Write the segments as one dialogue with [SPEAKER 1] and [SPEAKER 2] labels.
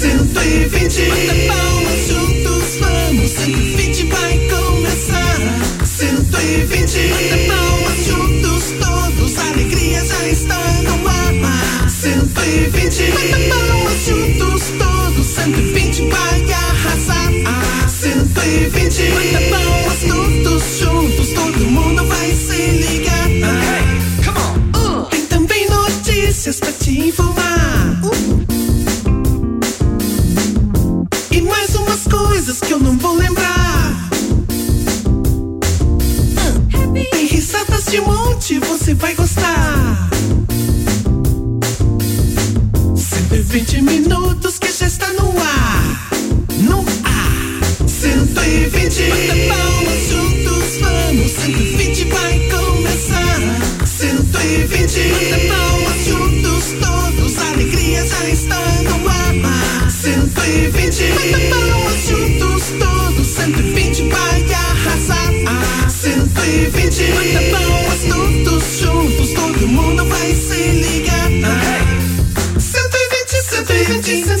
[SPEAKER 1] 120. Bata palmas juntos, vamos. é 120 vai começar. 120. Bata palmas juntos, todos. A alegria já está no ar. 120. Bata palmas juntos, todos. é 120 vai arrasar. Ah, 120. Bata palmas todos juntos, todo mundo vai se ligar. Uh, Tem também notícias pra te informar. E mais umas coisas que eu não vou lembrar. Tem risadas de monte, você vai gostar. 120 minutos que já está no ar. No ar. 120. Bata palmas juntos, vamos. 120 vai começar. 120. Bata palmas juntos, todos. A alegria já está no ar. 120. Bata palmas juntos, todos. 120 vai arrasar. 120. Bata palmas todos juntos, todo mundo vai se ligar. 120, 120,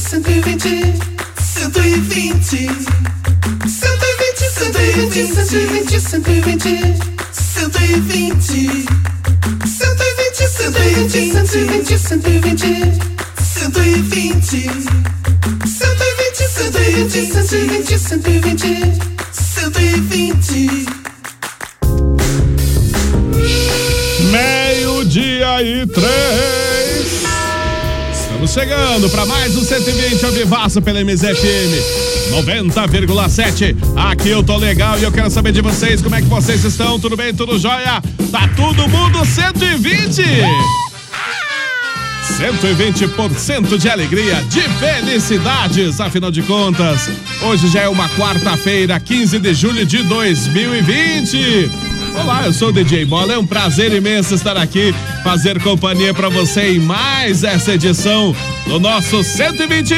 [SPEAKER 1] 120, 120, 120. 120, 120, 120, 120. 120, 120, 120, 120, 120. 120, 120, 120, 120, 120.
[SPEAKER 2] Meio-dia e três. Estamos chegando para mais um 120 ao vivaço pela MZFM 90,7. Aqui eu tô legal e eu quero saber de vocês como é que vocês estão. Tudo bem? Tudo jóia? Tá todo mundo 120! 120% de alegria, de felicidades, afinal de contas. Hoje já é uma quarta-feira, 15 de julho de 2020. Olá, eu sou o DJ Bola, é um prazer imenso estar aqui, fazer companhia para você em mais essa edição do nosso 120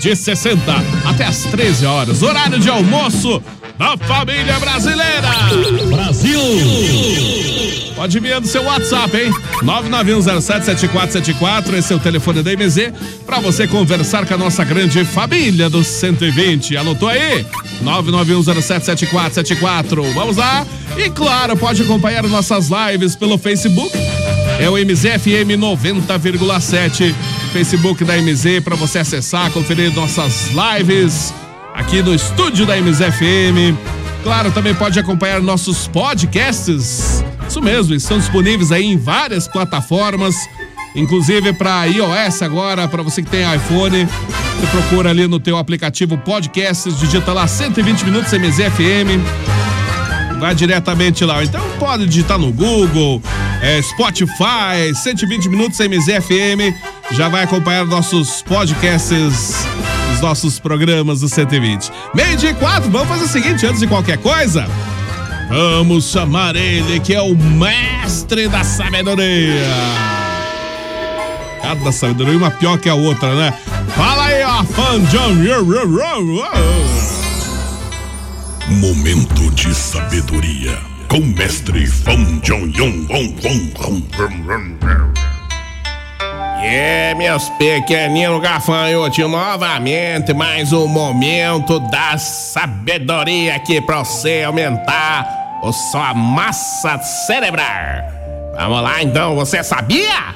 [SPEAKER 2] de 60 até as 13 horas, horário de almoço da família brasileira. Brasil! Pode enviar no seu WhatsApp, hein? 991077474, esse é o telefone da MZ, para você conversar com a nossa grande família dos 120. Anotou aí? 991077474. Vamos lá? E claro, pode acompanhar nossas lives pelo Facebook é o MZFM 90,7, Facebook da MZ para você acessar, conferir nossas lives aqui no estúdio da MZFM. Claro, também pode acompanhar nossos podcasts. Isso mesmo, estão disponíveis aí em várias plataformas, inclusive para iOS agora, para você que tem iPhone. Você procura ali no teu aplicativo podcasts, digita lá 120 minutos MZFM vai diretamente lá. Então pode digitar no Google, eh, Spotify, 120 minutos MZFM, já vai acompanhar nossos podcasts, os nossos programas do 120. Meio dia e quatro, vamos fazer o seguinte, antes de qualquer coisa, vamos chamar ele que é o mestre da sabedoria. Cada sabedoria, uma pior que a outra, né? Fala aí, ó, fã John.
[SPEAKER 3] Momento de sabedoria com mestre Fan Jong Yong Wong Wong Wong Wong Wong Wong.
[SPEAKER 4] É, meus pequeninos gafanhotos, novamente mais um momento da sabedoria aqui pra você aumentar a sua massa cerebral. Vamos lá então, você sabia?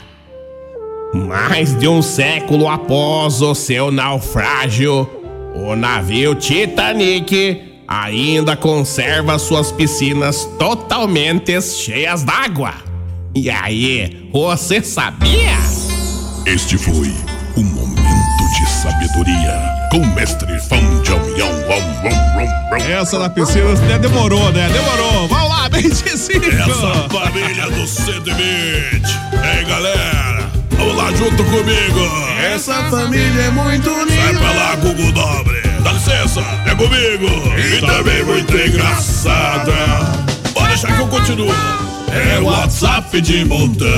[SPEAKER 4] Mais de um século após o seu naufrágio, o navio Titanic ainda conserva suas piscinas totalmente cheias d'água. E aí, você sabia?
[SPEAKER 3] Este foi o momento de sabedoria com mestre Fan Jong Yong Wong Wong Wong Wong.
[SPEAKER 2] Essa da piscina né, demorou, né? Demorou. Vamos lá, bem de cinco.
[SPEAKER 3] Essa família do 120. Ei, galera, vamos lá lá junto comigo.
[SPEAKER 1] Essa família é muito
[SPEAKER 3] Sai pra
[SPEAKER 1] linda.
[SPEAKER 3] lá, Gugu Dobre. Dá licença, é comigo. E também muito engraçada. Pode deixar que eu continuo. É o WhatsApp de montão.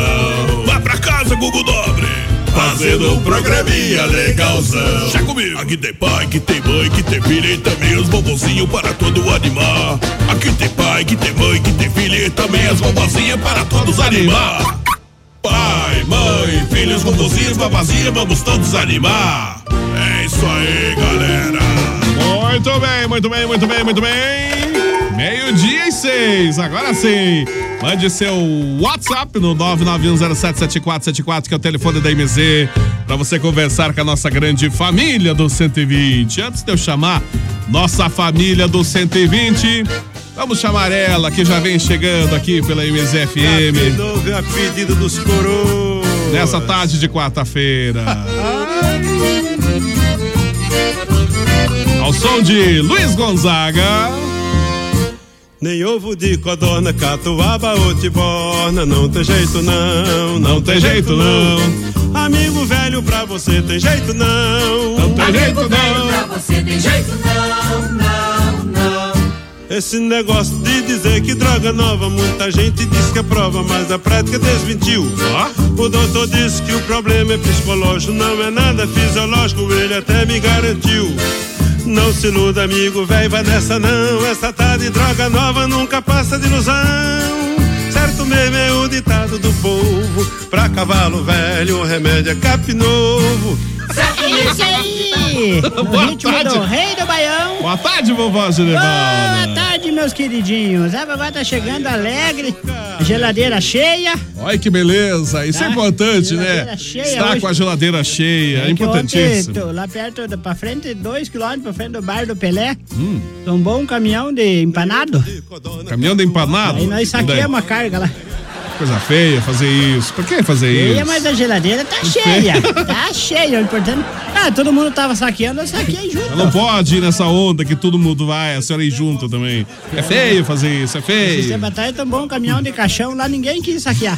[SPEAKER 3] Vai pra casa, Gugu Dobre. Fazendo um programinha legalzão. Já comigo. Aqui tem pai, que tem mãe, que tem filha e também os bobozinhos para todo animar. Aqui tem pai, que tem mãe, que tem filha e também as bobozinhas para todos animar. Pai, mãe, filhos, vovozinhos, babazinha, vamos todos animar. É isso aí, galera.
[SPEAKER 2] Muito bem, muito bem, muito bem, muito bem. Meio-dia e seis, agora sim. Mande seu WhatsApp no 991077474, que é o telefone da MZ, para você conversar com a nossa grande família do 120. Antes de eu chamar nossa família do 120, vamos chamar ela, que já vem chegando aqui pela MZFM.
[SPEAKER 5] Novo a pedido dos coroas.
[SPEAKER 2] Nessa tarde de quarta-feira. Ao som de Luiz Gonzaga.
[SPEAKER 5] Nem ovo de codorna, catuaba ou tiborna. Não tem jeito não, não tem jeito não. Amigo velho pra você tem jeito não.
[SPEAKER 2] Tem jeito
[SPEAKER 6] Veio pra
[SPEAKER 2] não.
[SPEAKER 6] você, tem jeito não, não, não.
[SPEAKER 5] Esse negócio de dizer que droga nova, muita gente diz que é prova, mas a prática desmentiu. O doutor disse que o problema é psicológico, não é nada fisiológico, ele até me garantiu. Não se iluda, amigo, véi, vai nessa não. Essa tarde droga nova nunca passa de ilusão. Certo mesmo é o ditado do povo. Pra cavalo velho, o remédio é cap novo.
[SPEAKER 7] Isso aí! No
[SPEAKER 2] Boa
[SPEAKER 7] ritmo
[SPEAKER 2] tarde.
[SPEAKER 7] um do rei do Baião.
[SPEAKER 2] Boa tarde, vovó
[SPEAKER 7] Boa
[SPEAKER 2] Ginevalda.
[SPEAKER 7] tarde, meus queridinhos. A vovó tá chegando alegre, geladeira cheia.
[SPEAKER 2] Olha que beleza. Isso é
[SPEAKER 7] Tá?
[SPEAKER 2] importante, né?
[SPEAKER 7] Geladeira cheia
[SPEAKER 2] Estar
[SPEAKER 7] hoje.
[SPEAKER 2] com a geladeira cheia. É
[SPEAKER 7] Que ontem,
[SPEAKER 2] importantíssimo.
[SPEAKER 7] tô lá perto, do, pra frente, dois quilômetros pra frente do bar do Pelé, tombou um caminhão de empanado.
[SPEAKER 2] Hum, Caminhão de empanado.
[SPEAKER 7] Aí nós saqueamos a carga lá.
[SPEAKER 2] Coisa feia fazer isso. Pra que fazer
[SPEAKER 7] Cheia,
[SPEAKER 2] isso?
[SPEAKER 7] mas a geladeira tá cheia. tá cheia, o importante. Ah, todo mundo tava saqueando, eu saquei
[SPEAKER 2] Ela não
[SPEAKER 7] junto.
[SPEAKER 2] pode ir nessa onda que todo mundo vai, a senhora ir junto também. É feio fazer isso, é
[SPEAKER 7] Esse
[SPEAKER 2] feio.
[SPEAKER 7] batalha tombou um caminhão de caixão lá, ninguém quis saquear.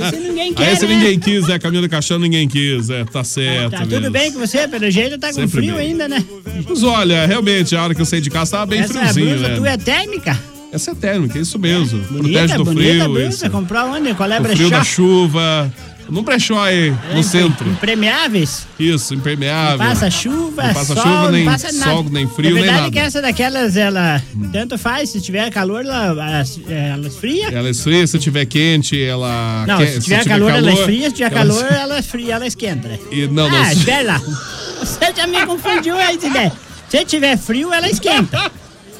[SPEAKER 7] Esse ninguém quer,
[SPEAKER 2] Aí se
[SPEAKER 7] né?
[SPEAKER 2] Ah, ninguém quis, é caminho do caixão, ninguém quis, é, tá certo.
[SPEAKER 7] Tá tudo
[SPEAKER 2] mesmo.
[SPEAKER 7] bem com você, pelo jeito tá com
[SPEAKER 2] Sempre
[SPEAKER 7] frio
[SPEAKER 2] bem.
[SPEAKER 7] ainda, né?
[SPEAKER 2] Mas olha, realmente, a hora que eu saí de casa tava bem
[SPEAKER 7] Essa
[SPEAKER 2] friozinho,
[SPEAKER 7] blusa
[SPEAKER 2] né?
[SPEAKER 7] tua é térmica.
[SPEAKER 2] Essa é térmica, isso mesmo. Protege
[SPEAKER 7] Bonita,
[SPEAKER 2] do
[SPEAKER 7] bonita
[SPEAKER 2] frio,
[SPEAKER 7] blusa.
[SPEAKER 2] isso.
[SPEAKER 7] Comprou onde? Qual é a
[SPEAKER 2] Do frio
[SPEAKER 7] brechó?
[SPEAKER 2] da chuva. Num brechó aí, no centro.
[SPEAKER 7] É, Impermeáveis.
[SPEAKER 2] Isso, impermeável.
[SPEAKER 7] Passa chuva,
[SPEAKER 2] né? Não passa
[SPEAKER 7] sol,
[SPEAKER 2] chuva, nem
[SPEAKER 7] não passa nada.
[SPEAKER 2] sol, nem frio,
[SPEAKER 7] A
[SPEAKER 2] nem
[SPEAKER 7] verdade
[SPEAKER 2] nada.
[SPEAKER 7] é que essa daquelas, ela tanto faz, se tiver calor, ela, ela esfria.
[SPEAKER 2] Ela esfria, se tiver quente, ela.
[SPEAKER 7] Não,
[SPEAKER 2] que-
[SPEAKER 7] se tiver, calor, ela esfria, se tiver
[SPEAKER 2] ela-
[SPEAKER 7] calor, ela esfria, ela esquenta. né?
[SPEAKER 2] E não, não.
[SPEAKER 7] Ah, espera lá. Você já me confundiu aí, Zé. Se tiver frio, ela esquenta.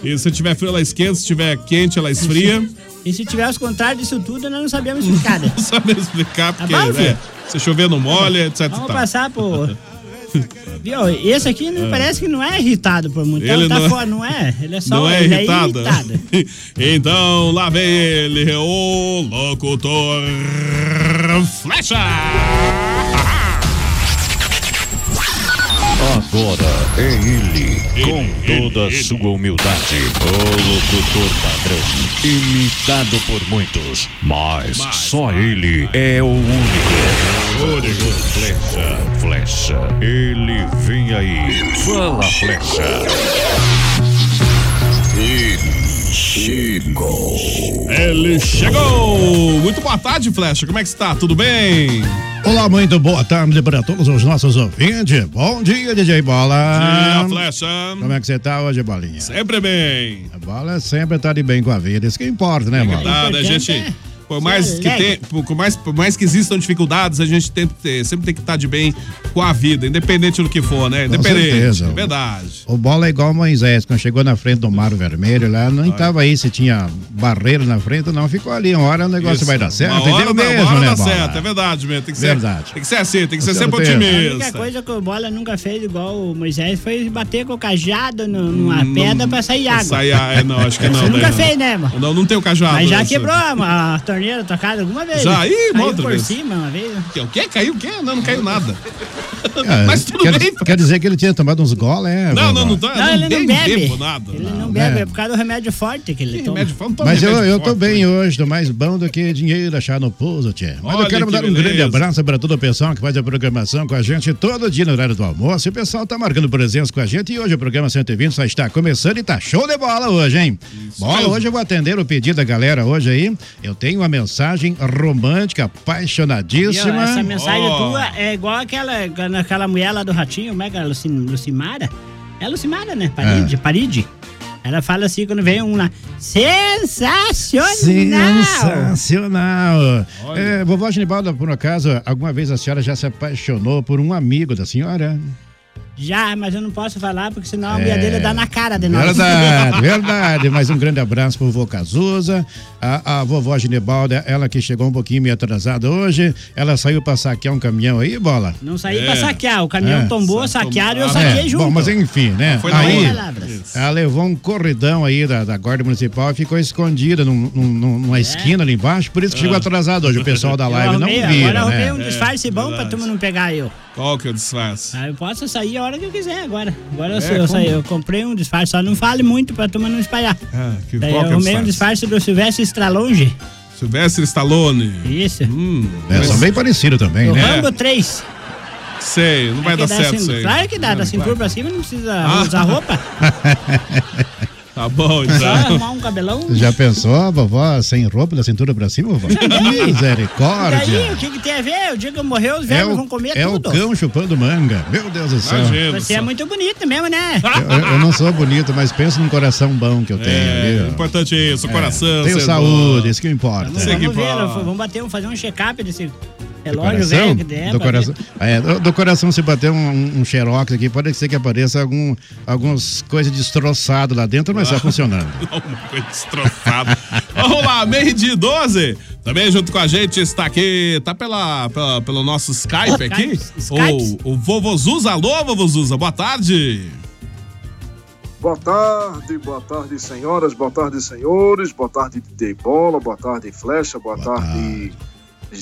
[SPEAKER 2] E se tiver frio, ela esquenta, se tiver quente, ela é esfria.
[SPEAKER 7] E se tiver os contrários disso tudo, nós não sabemos explicar. né? Tá
[SPEAKER 2] Não sabe explicar, porque,
[SPEAKER 7] bom,
[SPEAKER 2] né?
[SPEAKER 7] filho?
[SPEAKER 2] Se chover, não molha, tá. etc. e
[SPEAKER 7] Vamos
[SPEAKER 2] tal.
[SPEAKER 7] passar por. Viu? Esse aqui não parece que não é irritado por muito.
[SPEAKER 2] Ele
[SPEAKER 7] Ele tá
[SPEAKER 2] não é-
[SPEAKER 7] fora, não é? Ele é só
[SPEAKER 2] Não é
[SPEAKER 7] ele
[SPEAKER 2] irritado? então, lá vem ele, o locutor Flecha!
[SPEAKER 8] Agora é ele, com toda a sua humildade, o locutor padrão, imitado por muitos, mas só ele é o único. Único Flecha, Flecha, ele vem aí, fala Flecha.
[SPEAKER 2] Ele chegou! Muito boa tarde, Flecha, como é que está? Tudo bem?
[SPEAKER 9] Olá, muito boa tarde para todos os nossos ouvintes. Bom dia, DJ Bola.
[SPEAKER 2] Dia, Ah, Flecha!
[SPEAKER 9] Como é que você tá hoje, Bolinha?
[SPEAKER 2] Sempre bem!
[SPEAKER 9] A bola sempre tá de bem com a vida, isso que importa, né, Bola?
[SPEAKER 2] Tá, né,
[SPEAKER 7] importante
[SPEAKER 2] gente?
[SPEAKER 7] é
[SPEAKER 2] Por mais,
[SPEAKER 7] ser
[SPEAKER 2] que
[SPEAKER 7] alegre.
[SPEAKER 2] tem, por, mais, por mais que existam dificuldades, a gente tem que ter- sempre tem que estar de bem com a vida, independente do que for, né? Independente.
[SPEAKER 9] certeza.
[SPEAKER 2] É verdade.
[SPEAKER 9] O Bola é igual Moisés, quando chegou na frente do Mar Vermelho lá, não estava aí se tinha barreira na frente, não. Ficou ali, uma hora o negócio
[SPEAKER 2] Isso.
[SPEAKER 9] vai dar certo.
[SPEAKER 2] Uma hora,
[SPEAKER 9] entendeu
[SPEAKER 2] dá-
[SPEAKER 9] mesmo,
[SPEAKER 2] uma hora
[SPEAKER 9] né,
[SPEAKER 2] dá
[SPEAKER 9] Bola?
[SPEAKER 2] certo, é verdade mesmo. Tem que ser,
[SPEAKER 9] Verdade.
[SPEAKER 2] Tem que ser assim, tem que ser
[SPEAKER 9] Com
[SPEAKER 2] sempre
[SPEAKER 9] certeza.
[SPEAKER 7] A única
[SPEAKER 2] otimista.
[SPEAKER 7] coisa que o Bola nunca fez igual o Moisés foi bater com o cajado no- numa pedra pra sair água.
[SPEAKER 2] Saia, é, não, acho que não.
[SPEAKER 7] Você nunca
[SPEAKER 2] né?
[SPEAKER 7] fez, né, mano?
[SPEAKER 2] Não, não tem o cajado.
[SPEAKER 7] Mas já
[SPEAKER 2] né?
[SPEAKER 7] quebrou a, a torneira torneira tocada alguma vez?
[SPEAKER 2] Já, ih, uma
[SPEAKER 7] Caiu
[SPEAKER 2] outra
[SPEAKER 7] por
[SPEAKER 2] vez.
[SPEAKER 7] cima uma vez. né?
[SPEAKER 2] O quê? Caiu o quê? Não, não caiu nada.
[SPEAKER 9] Ah,
[SPEAKER 2] Mas tudo
[SPEAKER 9] quer,
[SPEAKER 2] bem.
[SPEAKER 9] Quer dizer que ele tinha tomado uns goles, é?
[SPEAKER 2] Não,
[SPEAKER 9] vovó?
[SPEAKER 2] não, não, tá-
[SPEAKER 7] Não, ele não
[SPEAKER 2] tem
[SPEAKER 7] bebe.
[SPEAKER 2] bebo, nada.
[SPEAKER 7] Ele não bebe,
[SPEAKER 9] É.
[SPEAKER 7] é por causa do remédio forte que ele toma.
[SPEAKER 2] remédio forte? Não
[SPEAKER 9] Mas eu, eu
[SPEAKER 2] né?
[SPEAKER 9] tô bem hoje, tô mais bom do que dinheiro achar no pouso, tchê. Mas
[SPEAKER 2] Olha
[SPEAKER 9] eu quero
[SPEAKER 2] que
[SPEAKER 9] mandar um
[SPEAKER 2] beleza.
[SPEAKER 9] grande abraço para todo o pessoal que faz a programação com a gente todo dia no horário do almoço. E o pessoal tá marcando presença com a gente e hoje o programa 120 só está começando e tá show de bola hoje, hein? bola,
[SPEAKER 2] mesmo.
[SPEAKER 9] hoje eu vou atender o pedido da galera hoje aí. Eu tenho uma mensagem romântica, apaixonadíssima.
[SPEAKER 7] Viu? Essa mensagem tua é igual aquela, aquela mulher lá do Ratinho, como é que é? Lucim- Lucimara? É Lucimara, né? Paride,
[SPEAKER 9] É.
[SPEAKER 7] Paride. Ela fala assim quando vem um lá, sensacional!
[SPEAKER 9] Sensacional! É, vovó Genibalda, por um acaso, alguma vez a senhora já se apaixonou por um amigo da senhora?
[SPEAKER 7] Já, mas eu não posso falar porque senão a
[SPEAKER 9] É.
[SPEAKER 7] mulher dele dá na cara de nós.
[SPEAKER 9] Verdade, verdade. Mais um grande abraço pro vovô Cazuza. A, a vovó Ginebalda, ela que chegou um pouquinho meio atrasada hoje, ela saiu pra saquear um caminhão aí, bola?
[SPEAKER 7] Não saí
[SPEAKER 2] É.
[SPEAKER 7] pra saquear, o caminhão tombou, saquearam e
[SPEAKER 2] ah,
[SPEAKER 7] eu saquei
[SPEAKER 9] É,
[SPEAKER 7] junto.
[SPEAKER 9] Bom, mas enfim, né?
[SPEAKER 7] Foi na
[SPEAKER 9] aí,
[SPEAKER 7] hora. Palavras.
[SPEAKER 9] ela levou um corridão aí da, da Guarda Municipal e ficou escondida num- num- num- numa esquina ali embaixo, por isso que chegou
[SPEAKER 2] Ah.
[SPEAKER 9] atrasado hoje. O pessoal da
[SPEAKER 7] É? Eu
[SPEAKER 9] live
[SPEAKER 7] arrumei-
[SPEAKER 9] não vira,
[SPEAKER 7] Agora arrumei
[SPEAKER 9] né?
[SPEAKER 7] um disfarce bom pra
[SPEAKER 2] É, verdade.
[SPEAKER 7] turma não pegar eu.
[SPEAKER 2] Qual que é o disfarce?
[SPEAKER 7] Ah, Eu posso sair a hora que eu quiser agora. Agora eu,
[SPEAKER 2] É,
[SPEAKER 7] sou- eu
[SPEAKER 2] como?
[SPEAKER 7] saí, eu comprei um disfarce, só não fale muito pra turma não espalhar.
[SPEAKER 2] Ah, que
[SPEAKER 7] Daí
[SPEAKER 2] qual
[SPEAKER 7] eu
[SPEAKER 2] que é o
[SPEAKER 7] arrumei um
[SPEAKER 2] disfarce?
[SPEAKER 7] disfarce do Silvestre Stralonge.
[SPEAKER 2] Silvestre Stallone. Hum,
[SPEAKER 7] Isso.
[SPEAKER 9] É, são bem parecidos também,
[SPEAKER 7] Do
[SPEAKER 9] né?
[SPEAKER 7] Rambo 3.
[SPEAKER 2] Sei, não vai
[SPEAKER 7] Que
[SPEAKER 2] dar
[SPEAKER 7] dá
[SPEAKER 2] certo
[SPEAKER 7] assim-
[SPEAKER 2] isso aí. Ah.
[SPEAKER 7] Claro que dá, da cintura pra cima não precisa usar roupa.
[SPEAKER 2] Tá bom,
[SPEAKER 7] Só arrumar
[SPEAKER 2] então.
[SPEAKER 7] um cabelão.
[SPEAKER 9] Já pensou, a vovó, sem roupa da cintura pra cima, vovó?
[SPEAKER 7] Daí,
[SPEAKER 9] Misericórdia!
[SPEAKER 7] o que, que tem a ver? O dia que eu morrer, os
[SPEAKER 9] É
[SPEAKER 7] velhos vão
[SPEAKER 9] o,
[SPEAKER 7] comer
[SPEAKER 9] é o
[SPEAKER 7] tudo.
[SPEAKER 9] cão chupando manga. Meu Deus do céu.
[SPEAKER 7] Você é muito bonito mesmo, né?
[SPEAKER 2] Ah.
[SPEAKER 9] Eu, eu não sou bonito, mas penso num coração bom que eu tenho.
[SPEAKER 2] É, o
[SPEAKER 9] viu?
[SPEAKER 2] importante é isso, o coração.
[SPEAKER 9] Tenho
[SPEAKER 2] ser
[SPEAKER 9] saúde, isso que importa.
[SPEAKER 2] Isso aqui,
[SPEAKER 7] Vamos ver,
[SPEAKER 2] pô.
[SPEAKER 7] vamos bater, um- fazer um check-up desse
[SPEAKER 9] Do
[SPEAKER 7] relógio
[SPEAKER 9] coração,
[SPEAKER 7] velho que der. né?
[SPEAKER 9] do,
[SPEAKER 7] pra ver.
[SPEAKER 9] coração, é, do, do coração, se bater um, um xerox aqui, pode ser que apareça algum, algumas coisas destroçadas lá dentro, mas tá funcionando.
[SPEAKER 2] Uma coisa destroçada. Vamos lá, meio de 12. Também junto com a gente está aqui, tá pela, pela- pelo nosso Skype aqui.
[SPEAKER 10] Skype.
[SPEAKER 2] O, o Vovozuza. Alô, Vovozuza, boa tarde.
[SPEAKER 10] Boa tarde, boa tarde, senhoras, boa tarde, senhores, boa tarde, DJ Bola, boa tarde, Flecha, boa, tarde,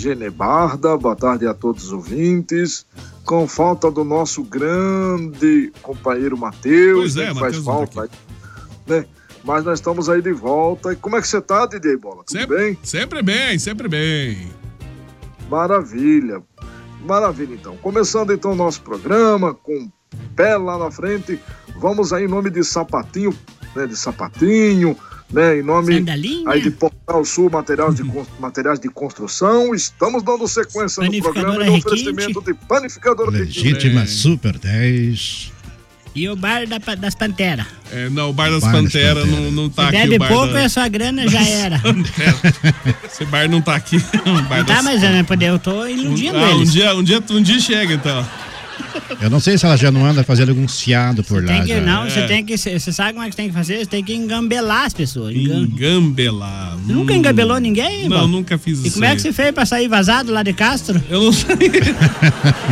[SPEAKER 10] Genebarda, boa tarde a todos os ouvintes. Com falta do nosso grande companheiro Matheus,
[SPEAKER 2] Pois é,
[SPEAKER 10] né, que
[SPEAKER 2] Matheus não
[SPEAKER 10] faz
[SPEAKER 2] tá
[SPEAKER 10] falta, né? Mas nós estamos aí de volta. E como é que você tá, DJ Bola? Tudo bem?
[SPEAKER 2] Sempre bem, sempre bem.
[SPEAKER 10] Maravilha. Maravilha, então. Começando então o nosso programa com o pé lá na frente. Vamos aí em nome de Sapatinho, né, de Sapatinho, né, em nome
[SPEAKER 7] Sandalinha.
[SPEAKER 10] aí de Portal Sul, materiais de, con- materiais de construção. Estamos dando sequência no programa
[SPEAKER 7] Panificadora
[SPEAKER 10] de
[SPEAKER 7] Requinte.
[SPEAKER 10] oferecimento de panificadora
[SPEAKER 9] Legítima Super 10.
[SPEAKER 7] E o bar da- das panteras.
[SPEAKER 2] É, não, o Bar das
[SPEAKER 9] Bar das
[SPEAKER 2] Panteras não,
[SPEAKER 9] Panteras.
[SPEAKER 2] não tá
[SPEAKER 7] Se
[SPEAKER 2] aqui.
[SPEAKER 7] bebe
[SPEAKER 2] o bar
[SPEAKER 7] pouco,
[SPEAKER 2] da-
[SPEAKER 7] a sua grana já era.
[SPEAKER 2] Esse bar não tá aqui. O bar
[SPEAKER 7] Tá,
[SPEAKER 2] das-
[SPEAKER 7] mas eu, não poder, eu tô iludindo
[SPEAKER 2] Ah, um
[SPEAKER 7] eles.
[SPEAKER 2] dia, um dia, um dia chega, então.
[SPEAKER 9] Eu não sei se ela já não anda fazendo algum ciado por lá.
[SPEAKER 7] Tem que,
[SPEAKER 9] já.
[SPEAKER 7] não,
[SPEAKER 9] É.
[SPEAKER 7] você tem que. Você sabe como é que você tem que fazer? Você tem que engambelar as pessoas.
[SPEAKER 9] Ah,
[SPEAKER 7] Engam...
[SPEAKER 2] Engambelar.
[SPEAKER 7] Você Nunca engabelou ninguém?
[SPEAKER 2] Hum. Não,
[SPEAKER 7] Bob?
[SPEAKER 2] nunca fiz isso.
[SPEAKER 7] E como é que você fez pra sair vazado lá de Castro?
[SPEAKER 2] Eu não sei.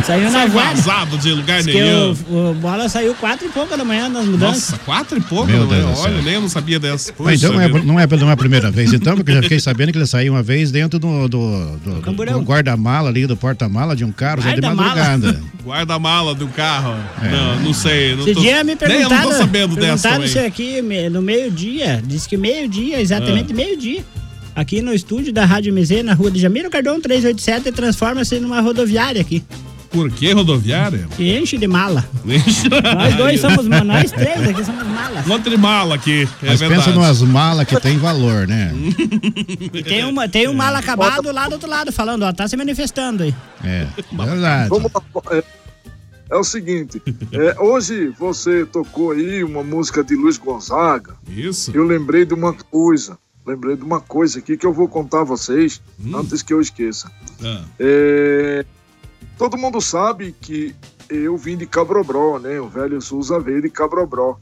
[SPEAKER 7] Saiu na
[SPEAKER 2] Sai
[SPEAKER 7] guarda.
[SPEAKER 2] é vazado de lugar
[SPEAKER 7] Diz que
[SPEAKER 2] nenhum.
[SPEAKER 7] o, o Bola saiu quatro e pouca da manhã nas mudanças.
[SPEAKER 2] Nossa, quatro e pouco?
[SPEAKER 9] Meu
[SPEAKER 2] não é?
[SPEAKER 9] Deus do
[SPEAKER 2] Olha,
[SPEAKER 9] céu.
[SPEAKER 2] nem eu não sabia dessa.
[SPEAKER 9] Ah, então não é,
[SPEAKER 2] vida.
[SPEAKER 9] não, é, pela- não é a primeira vez, então, porque eu já fiquei sabendo que ele saiu uma vez dentro do, do, do-
[SPEAKER 2] camburão.
[SPEAKER 9] do guarda-mala ali, do porta-mala de um carro já de madrugada. É.
[SPEAKER 2] Guarda-mala do carro. Não, não sei. Não
[SPEAKER 7] Esse
[SPEAKER 2] tô...
[SPEAKER 7] dia me
[SPEAKER 2] Nem eu
[SPEAKER 7] perguntaram.
[SPEAKER 2] não tô sabendo dessa
[SPEAKER 7] perguntaram
[SPEAKER 2] também.
[SPEAKER 7] se aqui me- no meio-dia. Disse que meio-dia, exatamente meio-dia. Aqui no estúdio da Rádio MZ, na rua de Jamiro Cardão 387, transforma-se numa rodoviária aqui.
[SPEAKER 2] Por que rodoviária?
[SPEAKER 7] Que enche de mala.
[SPEAKER 2] nós
[SPEAKER 7] Nós dois somos né? ma- nós três aqui somos
[SPEAKER 2] Hum?
[SPEAKER 7] malas.
[SPEAKER 2] Contra mala aqui, é
[SPEAKER 9] Mas
[SPEAKER 2] verdade.
[SPEAKER 9] pensa numas malas que tem valor, né?
[SPEAKER 7] E tem, uma, tem um mala acabado lá do outro lado, falando, ó, tá se manifestando aí.
[SPEAKER 9] É, verdade.
[SPEAKER 10] Vamos lá. É, é o seguinte, é, hoje você tocou aí uma música de Luiz Gonzaga.
[SPEAKER 2] Isso.
[SPEAKER 10] Eu lembrei de uma coisa. Lembrei de uma coisa aqui que eu vou contar a vocês
[SPEAKER 1] Hum.
[SPEAKER 10] antes que eu esqueça.
[SPEAKER 2] Ah,
[SPEAKER 10] É, todo mundo sabe que eu vim de Cabrobró, né? O velho Souza veio de Cabrobró.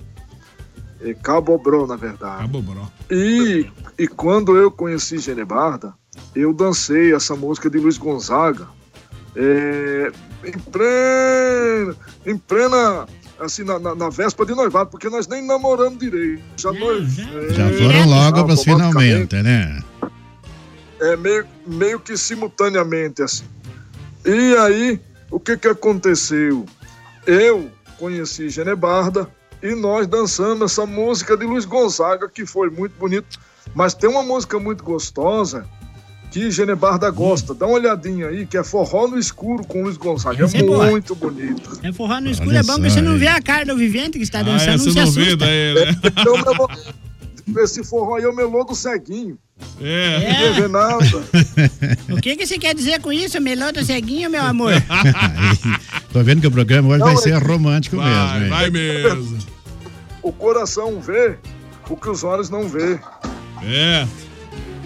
[SPEAKER 10] É, Cabobró, na verdade.
[SPEAKER 2] Cabobró.
[SPEAKER 10] E, e quando eu conheci Genebarda, eu dancei essa música de Luiz Gonzaga. é, em plena, em plena assim, na, na- na véspera de noivado, porque nós nem namoramos direito. Já, noiv...
[SPEAKER 9] Já foram
[SPEAKER 10] É,
[SPEAKER 9] logo
[SPEAKER 10] já,
[SPEAKER 9] pros finalmente,
[SPEAKER 10] automaticamente.
[SPEAKER 9] né?
[SPEAKER 10] é meio, meio que simultaneamente assim. E aí, o que que aconteceu? Eu conheci Genebarda e nós dançamos essa música de Luiz Gonzaga, que foi muito bonito. Mas tem uma música muito gostosa que Genebarda gosta. Dá uma olhadinha aí, que é Forró no Escuro com Luiz Gonzaga.
[SPEAKER 7] Essa
[SPEAKER 10] É
[SPEAKER 7] é boa.
[SPEAKER 10] muito bonito.
[SPEAKER 7] É forró no escuro,
[SPEAKER 10] Olha
[SPEAKER 7] é bom que
[SPEAKER 10] só
[SPEAKER 7] você não
[SPEAKER 10] aí.
[SPEAKER 7] vê a cara do vivente que está
[SPEAKER 10] Ah,
[SPEAKER 7] dançando,
[SPEAKER 10] é,
[SPEAKER 7] não
[SPEAKER 10] você
[SPEAKER 7] se
[SPEAKER 10] não
[SPEAKER 7] assusta.
[SPEAKER 10] vê daí,
[SPEAKER 2] né?
[SPEAKER 10] Então, meu irmão, esse forró aí é o meu logo ceguinho.
[SPEAKER 2] É.
[SPEAKER 10] Não vê nada.
[SPEAKER 7] O que, que você quer dizer com isso, melodo ceguinho, meu amor?
[SPEAKER 9] Tô vendo que o programa hoje
[SPEAKER 10] Não,
[SPEAKER 9] vai
[SPEAKER 10] é
[SPEAKER 9] ser romântico mesmo. hein?
[SPEAKER 2] mesmo.
[SPEAKER 10] O coração vê o que os olhos não vê.
[SPEAKER 2] É.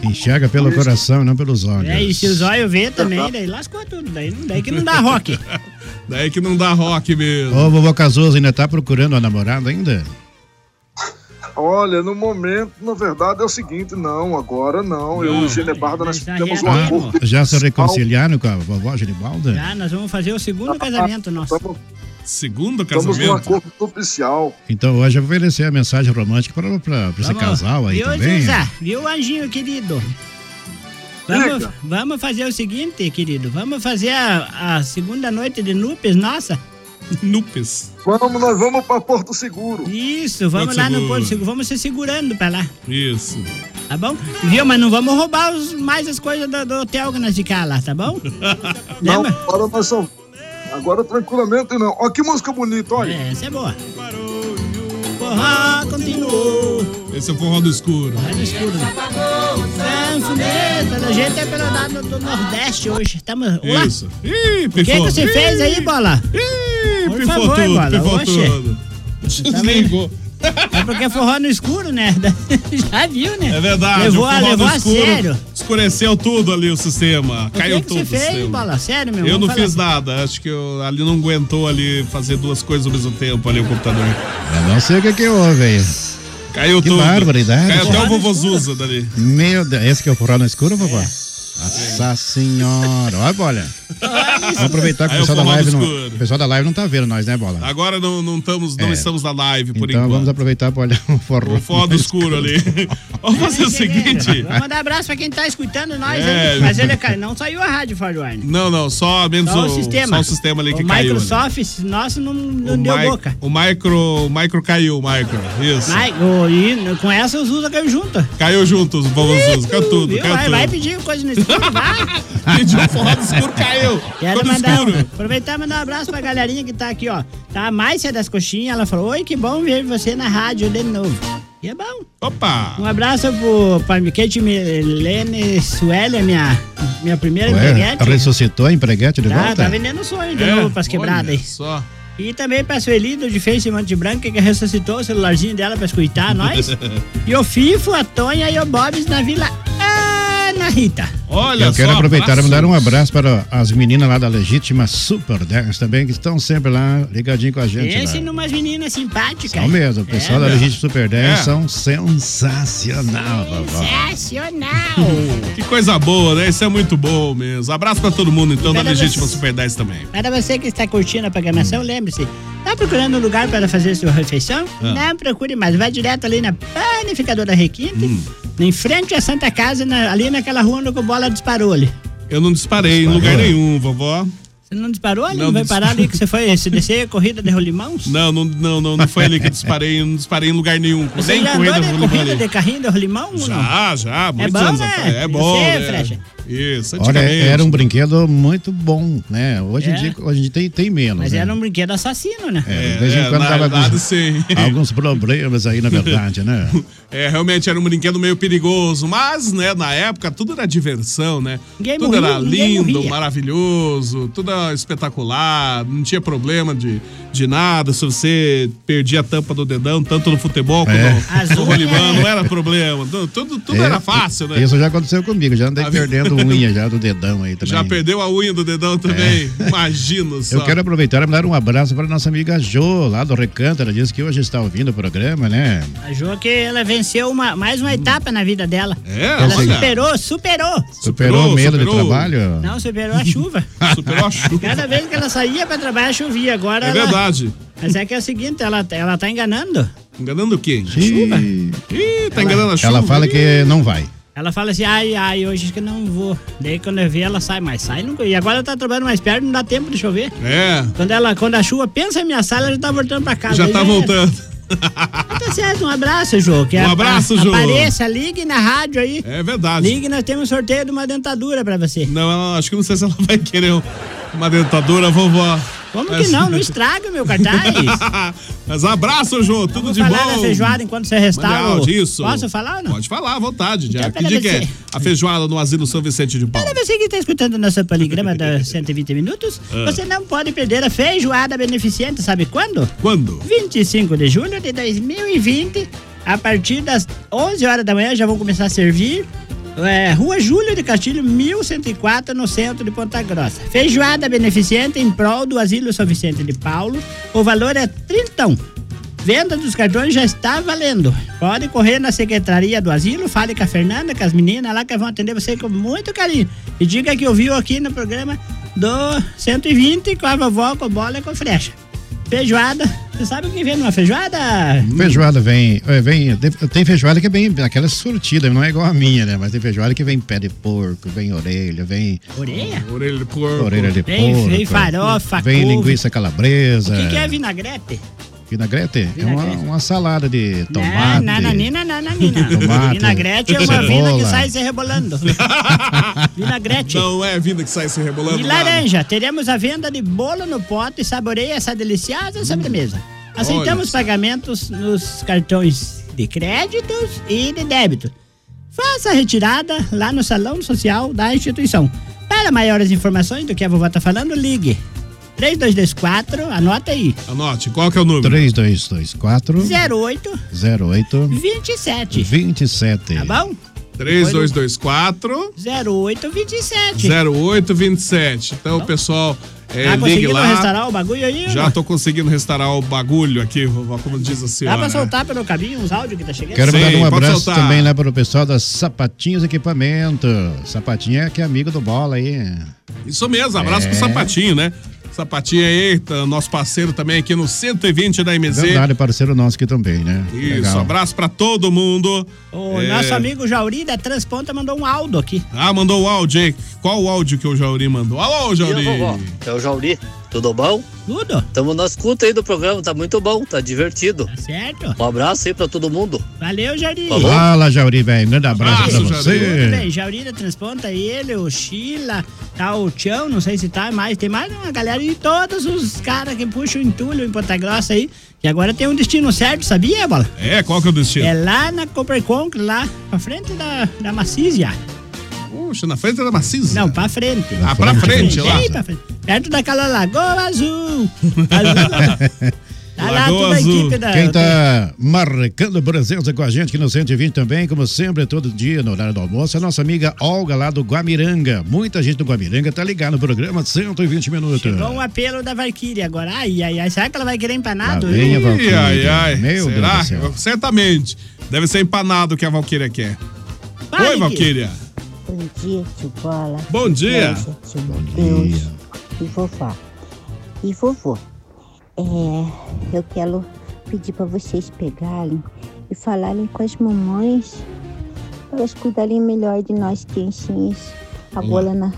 [SPEAKER 9] Enxerga pelo coração, não pelos olhos.
[SPEAKER 7] É, e se os olhos vê também, daí lascou tudo, daí, daí que não dá rock.
[SPEAKER 2] Daí que não dá rock mesmo.
[SPEAKER 9] Ô, vovô Cazuza ainda tá procurando a namorada ainda?
[SPEAKER 10] Olha, no momento, na verdade, é o seguinte, não, agora não. Eu e o Genebarda, nós temos um acordo.
[SPEAKER 9] Ah, Já se reconciliaram com a vovó Genibalda?
[SPEAKER 7] Ah, nós vamos fazer o segundo casamento nosso.
[SPEAKER 2] Segundo
[SPEAKER 10] Estamos num acordo oficial.
[SPEAKER 9] Então hoje eu vou oferecer a mensagem romântica pra, pra, pra esse
[SPEAKER 7] Vamos.
[SPEAKER 9] casal aí
[SPEAKER 7] viu,
[SPEAKER 9] também.
[SPEAKER 7] Zuzá? Viu, anjinho querido? Vamos, vamos fazer o seguinte, querido. Vamos fazer a, a segunda noite de Nupes, nossa.
[SPEAKER 2] Nupes.
[SPEAKER 10] Vamos, nós vamos pra Porto Seguro.
[SPEAKER 7] Isso, vamos
[SPEAKER 2] Porto
[SPEAKER 7] lá
[SPEAKER 2] Seguro.
[SPEAKER 7] no Porto Seguro. Vamos se segurando pra lá,
[SPEAKER 2] Isso.
[SPEAKER 7] tá bom? Viu, mas não vamos roubar os- mais as coisas do, do hotel que nós ficar lá, tá bom?
[SPEAKER 10] Não, agora nós só. Agora tranquilamente não. Olha que música bonita, olha.
[SPEAKER 7] É, essa é boa.
[SPEAKER 2] um
[SPEAKER 7] Porra, continuou.
[SPEAKER 2] Esse é o forró do escuro.
[SPEAKER 7] Sanfoneta, da gente é pelo lado do Nordeste hoje. Estamos lá.
[SPEAKER 2] Isso. Ih,
[SPEAKER 7] O que, que
[SPEAKER 2] pifou.
[SPEAKER 7] você
[SPEAKER 2] Ih,
[SPEAKER 7] fez aí, bola?
[SPEAKER 2] Ih,
[SPEAKER 7] Por
[SPEAKER 2] pifou
[SPEAKER 7] favor,
[SPEAKER 2] tudo,
[SPEAKER 7] bola.
[SPEAKER 2] pifou
[SPEAKER 7] Oxe. tá
[SPEAKER 2] tudo. Desligou.
[SPEAKER 7] É porque é forró no escuro, né? Já viu, né?
[SPEAKER 2] É verdade.
[SPEAKER 7] Levou,
[SPEAKER 2] o
[SPEAKER 7] a-
[SPEAKER 2] forró do
[SPEAKER 7] levou a
[SPEAKER 2] escuro
[SPEAKER 7] sério.
[SPEAKER 2] Escureceu tudo ali o sistema.
[SPEAKER 7] O
[SPEAKER 2] Caiu
[SPEAKER 7] que, que
[SPEAKER 2] tudo.
[SPEAKER 7] você
[SPEAKER 2] o
[SPEAKER 7] fez,
[SPEAKER 2] sistema.
[SPEAKER 7] bola? Sério, meu
[SPEAKER 2] Eu
[SPEAKER 7] vamos
[SPEAKER 2] não
[SPEAKER 7] falar.
[SPEAKER 2] fiz nada, acho que eu, ali não aguentou ali fazer duas coisas ao mesmo tempo ali o computador.
[SPEAKER 9] Eu não sei o que que houve aí.
[SPEAKER 2] Caiu
[SPEAKER 9] que
[SPEAKER 2] tudo.
[SPEAKER 9] barbaridade.
[SPEAKER 2] Caiu É, até o vovô Zuza dali.
[SPEAKER 9] Meu Deus, esse que é o forró no escuro, vovó? Nossa senhora, olha, olha. Vamos aproveitar que o
[SPEAKER 2] Aí eu
[SPEAKER 9] pessoal da
[SPEAKER 2] forró
[SPEAKER 9] live
[SPEAKER 2] no
[SPEAKER 9] não,
[SPEAKER 2] escuro.
[SPEAKER 9] o pessoal da live não tá vendo nós, né, bola?
[SPEAKER 2] Agora não, não, estamos, não
[SPEAKER 9] É.
[SPEAKER 2] estamos na live por
[SPEAKER 9] então
[SPEAKER 2] enquanto.
[SPEAKER 9] vamos aproveitar para olhar o forró.
[SPEAKER 2] O foda escuro ali. Vamos fazer o seguinte.
[SPEAKER 7] Vamos mandar abraço pra quem tá escutando nós
[SPEAKER 2] É.
[SPEAKER 7] aí. Mas ele, cara, não saiu a rádio Ford Warner.
[SPEAKER 2] Não, não, só menos
[SPEAKER 7] Só
[SPEAKER 2] o,
[SPEAKER 7] o sistema.
[SPEAKER 2] só o sistema ali que
[SPEAKER 7] o
[SPEAKER 2] caiu. ali.
[SPEAKER 7] Microsoft, esse nosso, não, não
[SPEAKER 2] O
[SPEAKER 7] deu
[SPEAKER 2] mi-
[SPEAKER 7] boca.
[SPEAKER 2] O micro, o micro caiu, o micro. Isso.
[SPEAKER 7] Mas, ô, e com essa os Zusa caiu junto.
[SPEAKER 2] Caiu junto, os vovôs Zuza. Caiu tudo,
[SPEAKER 7] Viu?
[SPEAKER 2] caiu
[SPEAKER 7] Vai,
[SPEAKER 2] tudo.
[SPEAKER 7] vai pedir coisa no escuro, vai.
[SPEAKER 2] Pediu o forró do escuro, caiu.
[SPEAKER 7] Quero
[SPEAKER 2] Ficou no
[SPEAKER 7] mandar,
[SPEAKER 2] escuro.
[SPEAKER 7] aproveitar e mandar um abraço pra galerinha que tá aqui, ó. Tá a Márcia das Coxinhas, ela falou: Oi, que bom ver você na rádio de novo. E é bom.
[SPEAKER 2] Opa!
[SPEAKER 7] Um abraço pro, pra Kate Milene Suélia, minha, minha
[SPEAKER 2] é
[SPEAKER 7] primeira
[SPEAKER 9] Ué,
[SPEAKER 2] né?
[SPEAKER 7] empreguete.
[SPEAKER 9] ressuscitou a empreguete de
[SPEAKER 7] Tá,
[SPEAKER 9] volta?
[SPEAKER 7] tá vendendo sonho de
[SPEAKER 9] É,
[SPEAKER 7] novo pras quebradas aí.
[SPEAKER 2] Só.
[SPEAKER 7] E também pra Sueli do de Face Monte Branca que ressuscitou o celularzinho dela pra escutar nós. e o Fifo, a Tonha e o Bobs na Vila Ana Rita.
[SPEAKER 2] Olha
[SPEAKER 9] Eu quero
[SPEAKER 2] só,
[SPEAKER 9] aproveitar e
[SPEAKER 2] abraço.
[SPEAKER 9] mandar um abraço para as meninas lá da Legítima Super Dance também, que estão sempre lá ligadinho com a gente. lá.
[SPEAKER 7] Pense numas meninas simpáticas.
[SPEAKER 9] São mesmo, o
[SPEAKER 7] É.
[SPEAKER 9] pessoal da
[SPEAKER 7] meu.
[SPEAKER 9] Legítima Super Dance
[SPEAKER 7] É.
[SPEAKER 9] são sensacional,
[SPEAKER 7] um
[SPEAKER 9] vovó.
[SPEAKER 7] Sensacional!
[SPEAKER 2] Que coisa boa, né? Isso é muito bom mesmo. Abraço pra todo mundo, então,
[SPEAKER 7] E
[SPEAKER 2] da
[SPEAKER 7] cada
[SPEAKER 2] Legítima
[SPEAKER 7] vez-
[SPEAKER 2] Super 10 também.
[SPEAKER 7] Para você que está curtindo a programação, lembre-se, tá procurando um lugar para fazer sua refeição?
[SPEAKER 2] Ah.
[SPEAKER 7] Não procure mais, vai direto ali na Panificadora Requinte,
[SPEAKER 2] Hum.
[SPEAKER 7] em frente à Santa Casa, na- ali naquela rua onde o bola disparou ali.
[SPEAKER 2] Eu não disparei em lugar nenhum, vovó.
[SPEAKER 7] Você não disparou ali?
[SPEAKER 2] Não,
[SPEAKER 7] Não,
[SPEAKER 2] não
[SPEAKER 7] vai parar
[SPEAKER 2] disparei.
[SPEAKER 7] ali que você foi se descer a corrida de rolimãos?
[SPEAKER 2] Não, não, não, não, não foi ali que eu disparei, eu não disparei em lugar nenhum.
[SPEAKER 7] Você
[SPEAKER 2] nem
[SPEAKER 7] já andou
[SPEAKER 2] corrida,
[SPEAKER 7] de
[SPEAKER 2] vou
[SPEAKER 7] corrida
[SPEAKER 2] ali.
[SPEAKER 7] de carrinho de rolimão ou não?
[SPEAKER 2] Já, já, muitos
[SPEAKER 7] bom,
[SPEAKER 2] anos
[SPEAKER 7] né?
[SPEAKER 2] atrás. É
[SPEAKER 7] Eu
[SPEAKER 2] bom,
[SPEAKER 7] sei,
[SPEAKER 2] né?
[SPEAKER 7] Frecha.
[SPEAKER 2] Isso,
[SPEAKER 9] Olha,
[SPEAKER 2] antigamente.
[SPEAKER 9] era um brinquedo muito bom, né? Hoje em
[SPEAKER 7] É.
[SPEAKER 9] dia, hoje em dia tem, tem menos.
[SPEAKER 7] Mas
[SPEAKER 2] Uhum.
[SPEAKER 9] né?
[SPEAKER 7] era um brinquedo assassino, né?
[SPEAKER 2] um-
[SPEAKER 9] É, de vez em quando tava com alguns problemas aí, na verdade, né?
[SPEAKER 2] É, realmente era um brinquedo meio perigoso, mas, né, na época tudo era diversão, né?
[SPEAKER 7] Ninguém
[SPEAKER 2] tudo
[SPEAKER 7] morria,
[SPEAKER 2] era
[SPEAKER 7] ninguém
[SPEAKER 2] lindo,
[SPEAKER 7] morria.
[SPEAKER 2] maravilhoso, tudo era espetacular, não tinha problema de, de nada. Se você perdia a tampa do dedão, tanto no futebol como
[SPEAKER 9] É.
[SPEAKER 2] no, no rolimã, não era problema. Tudo, tudo, tudo
[SPEAKER 9] É,
[SPEAKER 2] era fácil, né? Tá
[SPEAKER 9] Isso já aconteceu comigo, já andei perdendo unha já do dedão aí também.
[SPEAKER 2] Já perdeu a unha do dedão também, imagino só.
[SPEAKER 9] É. Eu quero aproveitar e mandar um abraço para nossa amiga Jo, lá do Recanto. Ela disse que hoje está ouvindo o programa, né?
[SPEAKER 7] A Jo que ela venceu uma, mais uma etapa na vida dela.
[SPEAKER 9] É,
[SPEAKER 7] ela
[SPEAKER 9] olha.
[SPEAKER 7] superou, superou.
[SPEAKER 9] Superou o medo de trabalho?
[SPEAKER 7] Não, superou a chuva.
[SPEAKER 2] superou a chuva.
[SPEAKER 7] Cada vez que ela saía pra trabalhar, chovia. Agora
[SPEAKER 2] É
[SPEAKER 7] ela-
[SPEAKER 2] verdade.
[SPEAKER 7] Mas é que é o seguinte, ela, ela tá enganando.
[SPEAKER 2] Enganando quem?
[SPEAKER 9] Ih,
[SPEAKER 2] Ih, tá enganando a chuva.
[SPEAKER 9] Ela fala que não vai.
[SPEAKER 7] Ela fala assim, ai, ai, hoje acho que não vou. Daí quando eu ver, ela sai, mas sai nunca. E agora ela tá trabalhando mais perto, não dá tempo de chover.
[SPEAKER 2] É.
[SPEAKER 7] Quando, ela, quando a chuva pensa em minha sala, ela já tá voltando pra casa.
[SPEAKER 2] Já
[SPEAKER 7] Aí
[SPEAKER 2] tá
[SPEAKER 7] era.
[SPEAKER 2] voltando.
[SPEAKER 7] Mas tá certo, um abraço, Jô. Que
[SPEAKER 2] Um
[SPEAKER 7] apa-
[SPEAKER 2] abraço, Jô.
[SPEAKER 7] Apareça, ligue na rádio aí.
[SPEAKER 2] É verdade.
[SPEAKER 7] Ligue, nós temos um sorteio de uma dentadura pra você.
[SPEAKER 2] Não, ela- acho que não sei se ela vai querer um- uma dentadura, vovó.
[SPEAKER 7] Como que não? Não estraga meu cartaz.
[SPEAKER 2] Mas abraço, Jô. Tudo de
[SPEAKER 7] falar da
[SPEAKER 2] bom.
[SPEAKER 7] feijoada enquanto você restaura
[SPEAKER 2] Mande áudio,
[SPEAKER 7] o-
[SPEAKER 2] isso.
[SPEAKER 7] Posso Então, falar ou não?
[SPEAKER 2] Pode falar à vontade, Diário.
[SPEAKER 7] pera,
[SPEAKER 2] Que dia que é
[SPEAKER 7] você-
[SPEAKER 2] a feijoada no Asilo São Vicente de Paulo?
[SPEAKER 7] Para você que está escutando o nosso poligrama da 120 Minutos,
[SPEAKER 2] Ah.
[SPEAKER 7] você não pode perder a feijoada beneficente, sabe quando?
[SPEAKER 2] Quando?
[SPEAKER 7] 25 de julho de 2020, a partir das 11 horas da manhã já vão começar a servir. É, Rua Júlio de Castilho, 1104, no centro de Ponta Grossa. Feijoada beneficente em prol do Asilo São Vicente de Paulo. O valor é 30. Venda dos cartões já está valendo. Pode correr na secretaria do asilo, fale com a Fernanda, com as meninas lá que vão atender você com muito carinho. E diga que ouviu aqui no programa do 120 com a vovó, com bola e com frecha. Feijoada. Você sabe o que vem numa feijoada?
[SPEAKER 9] Feijoada vem, é, vem. Tem tem feijoada que vem aquela surtida, não é igual a minha, né? Mas tem feijoada que vem pé de porco, vem orelha, vem
[SPEAKER 7] Orelha?
[SPEAKER 2] Orelha de porco.
[SPEAKER 9] orelha de
[SPEAKER 7] Vem-
[SPEAKER 9] porco.
[SPEAKER 7] vem farofa,
[SPEAKER 9] Vem
[SPEAKER 7] couve.
[SPEAKER 9] linguiça calabresa.
[SPEAKER 7] O que, que é vinagrete?
[SPEAKER 9] Vinagrete? É
[SPEAKER 7] Vinagrete.
[SPEAKER 9] uma, uma salada de
[SPEAKER 7] Ah,
[SPEAKER 9] tomate.
[SPEAKER 7] nananina, nananina.
[SPEAKER 9] Tomate,
[SPEAKER 7] Vinagrete é uma vina que
[SPEAKER 9] cebola.
[SPEAKER 7] sai se rebolando. Vinagrete.
[SPEAKER 2] Não é a vinda que sai se rebolando.
[SPEAKER 7] E
[SPEAKER 2] lá.
[SPEAKER 7] laranja, teremos a venda de bolo no pote e saboreia essa deliciosa sobremesa. Aceitamos pagamentos nos cartões de créditos e de débito. Faça a retirada lá no Salão Social da instituição. Para maiores informações do que a vovó tá falando, ligue 3224, anota aí,
[SPEAKER 2] Anote, qual que é o número?
[SPEAKER 9] 3224
[SPEAKER 7] 08
[SPEAKER 9] 08
[SPEAKER 7] 27,
[SPEAKER 9] 27.
[SPEAKER 7] tá bom?
[SPEAKER 2] 3224
[SPEAKER 7] 08 27.
[SPEAKER 2] 0827. Então, pessoal, é,
[SPEAKER 7] tá
[SPEAKER 2] ligue
[SPEAKER 7] conseguindo
[SPEAKER 2] lá.
[SPEAKER 7] restaurar o bagulho aí?
[SPEAKER 2] Já
[SPEAKER 7] mano?
[SPEAKER 2] tô conseguindo restaurar o bagulho aqui, vovó, como diz a
[SPEAKER 7] Dá
[SPEAKER 2] senhora.
[SPEAKER 7] pra soltar pelo caminho os áudios que tá chegando?
[SPEAKER 9] Quero mandar
[SPEAKER 2] Sim,
[SPEAKER 9] um
[SPEAKER 2] pode
[SPEAKER 9] abraço
[SPEAKER 2] soltar.
[SPEAKER 9] também lá pro pessoal da Sapatinhos Equipamento. Sapatinha que é amigo do bola aí.
[SPEAKER 2] Isso mesmo, abraço
[SPEAKER 9] É.
[SPEAKER 2] pro Sapatinho, né? Sapatinho aí, tá, nosso parceiro também aqui no 120 da MZ.
[SPEAKER 9] Verdade, parceiro nosso aqui também, né?
[SPEAKER 2] Isso, abraço pra todo mundo.
[SPEAKER 7] O
[SPEAKER 2] É.
[SPEAKER 7] nosso amigo Jauri da Transponta mandou um Aldo aqui.
[SPEAKER 2] Ah, mandou o áudio aí. Qual o áudio que o Jauri mandou? Alô, Jauri!
[SPEAKER 11] Eu, vovó. É o Jauri. Tudo bom?
[SPEAKER 7] Tudo.
[SPEAKER 11] Tamo na escuta aí do programa, tá muito bom, tá divertido.
[SPEAKER 7] certo.
[SPEAKER 11] Um abraço aí pra todo mundo.
[SPEAKER 7] Valeu, Jauri.
[SPEAKER 9] Fala, Jauri, velho. Um grande abraço pra
[SPEAKER 7] Tudo
[SPEAKER 9] você.
[SPEAKER 7] bem, Jauri da Transponta, ele, o Sheila, tá o Tião, não sei se tá mais, tem mais uma galera e todos os caras que puxam o entulho em Ponta Grossa aí, que agora tem um destino certo, sabia, Bola?
[SPEAKER 2] É, qual que é o destino?
[SPEAKER 7] É lá na Copperconk, lá pra frente da, da Macísia.
[SPEAKER 2] Puxa, na frente da Macisa?
[SPEAKER 7] Não, pra frente.
[SPEAKER 2] Ah, pra frente, lá.
[SPEAKER 7] Bem pra frente. Perto daquela Lagoa Azul. Azul. Tá lá
[SPEAKER 9] Lagoa
[SPEAKER 7] toda a
[SPEAKER 9] Azul.
[SPEAKER 7] equipe da...
[SPEAKER 9] Quem tá marcando presença com a gente aqui no 120 também, como sempre, todo dia no horário do almoço, é a nossa amiga Olga lá do Guamiranga. Muita gente do Guamiranga tá ligada no programa 120 minutos.
[SPEAKER 7] Chegou um apelo da Valkyrie agora. Ai, ai, ai. Será que ela vai querer empanado?
[SPEAKER 9] Lá vem a
[SPEAKER 7] Ih,
[SPEAKER 9] Valkyrie.
[SPEAKER 2] Ih, ai, ai.
[SPEAKER 9] Meu Deus
[SPEAKER 2] Será?
[SPEAKER 9] do céu.
[SPEAKER 2] Certamente. Deve ser empanado o que a Valquíria quer.
[SPEAKER 7] Vai,
[SPEAKER 2] Oi, Valquíria.
[SPEAKER 12] Bom dia, tio Bola.
[SPEAKER 2] Bom dia.
[SPEAKER 12] Bom dia. E vovó. E vovô, é, eu quero pedir para vocês pegarem e falarem com as mamães para elas cuidarem melhor de nós criancinhas agora na,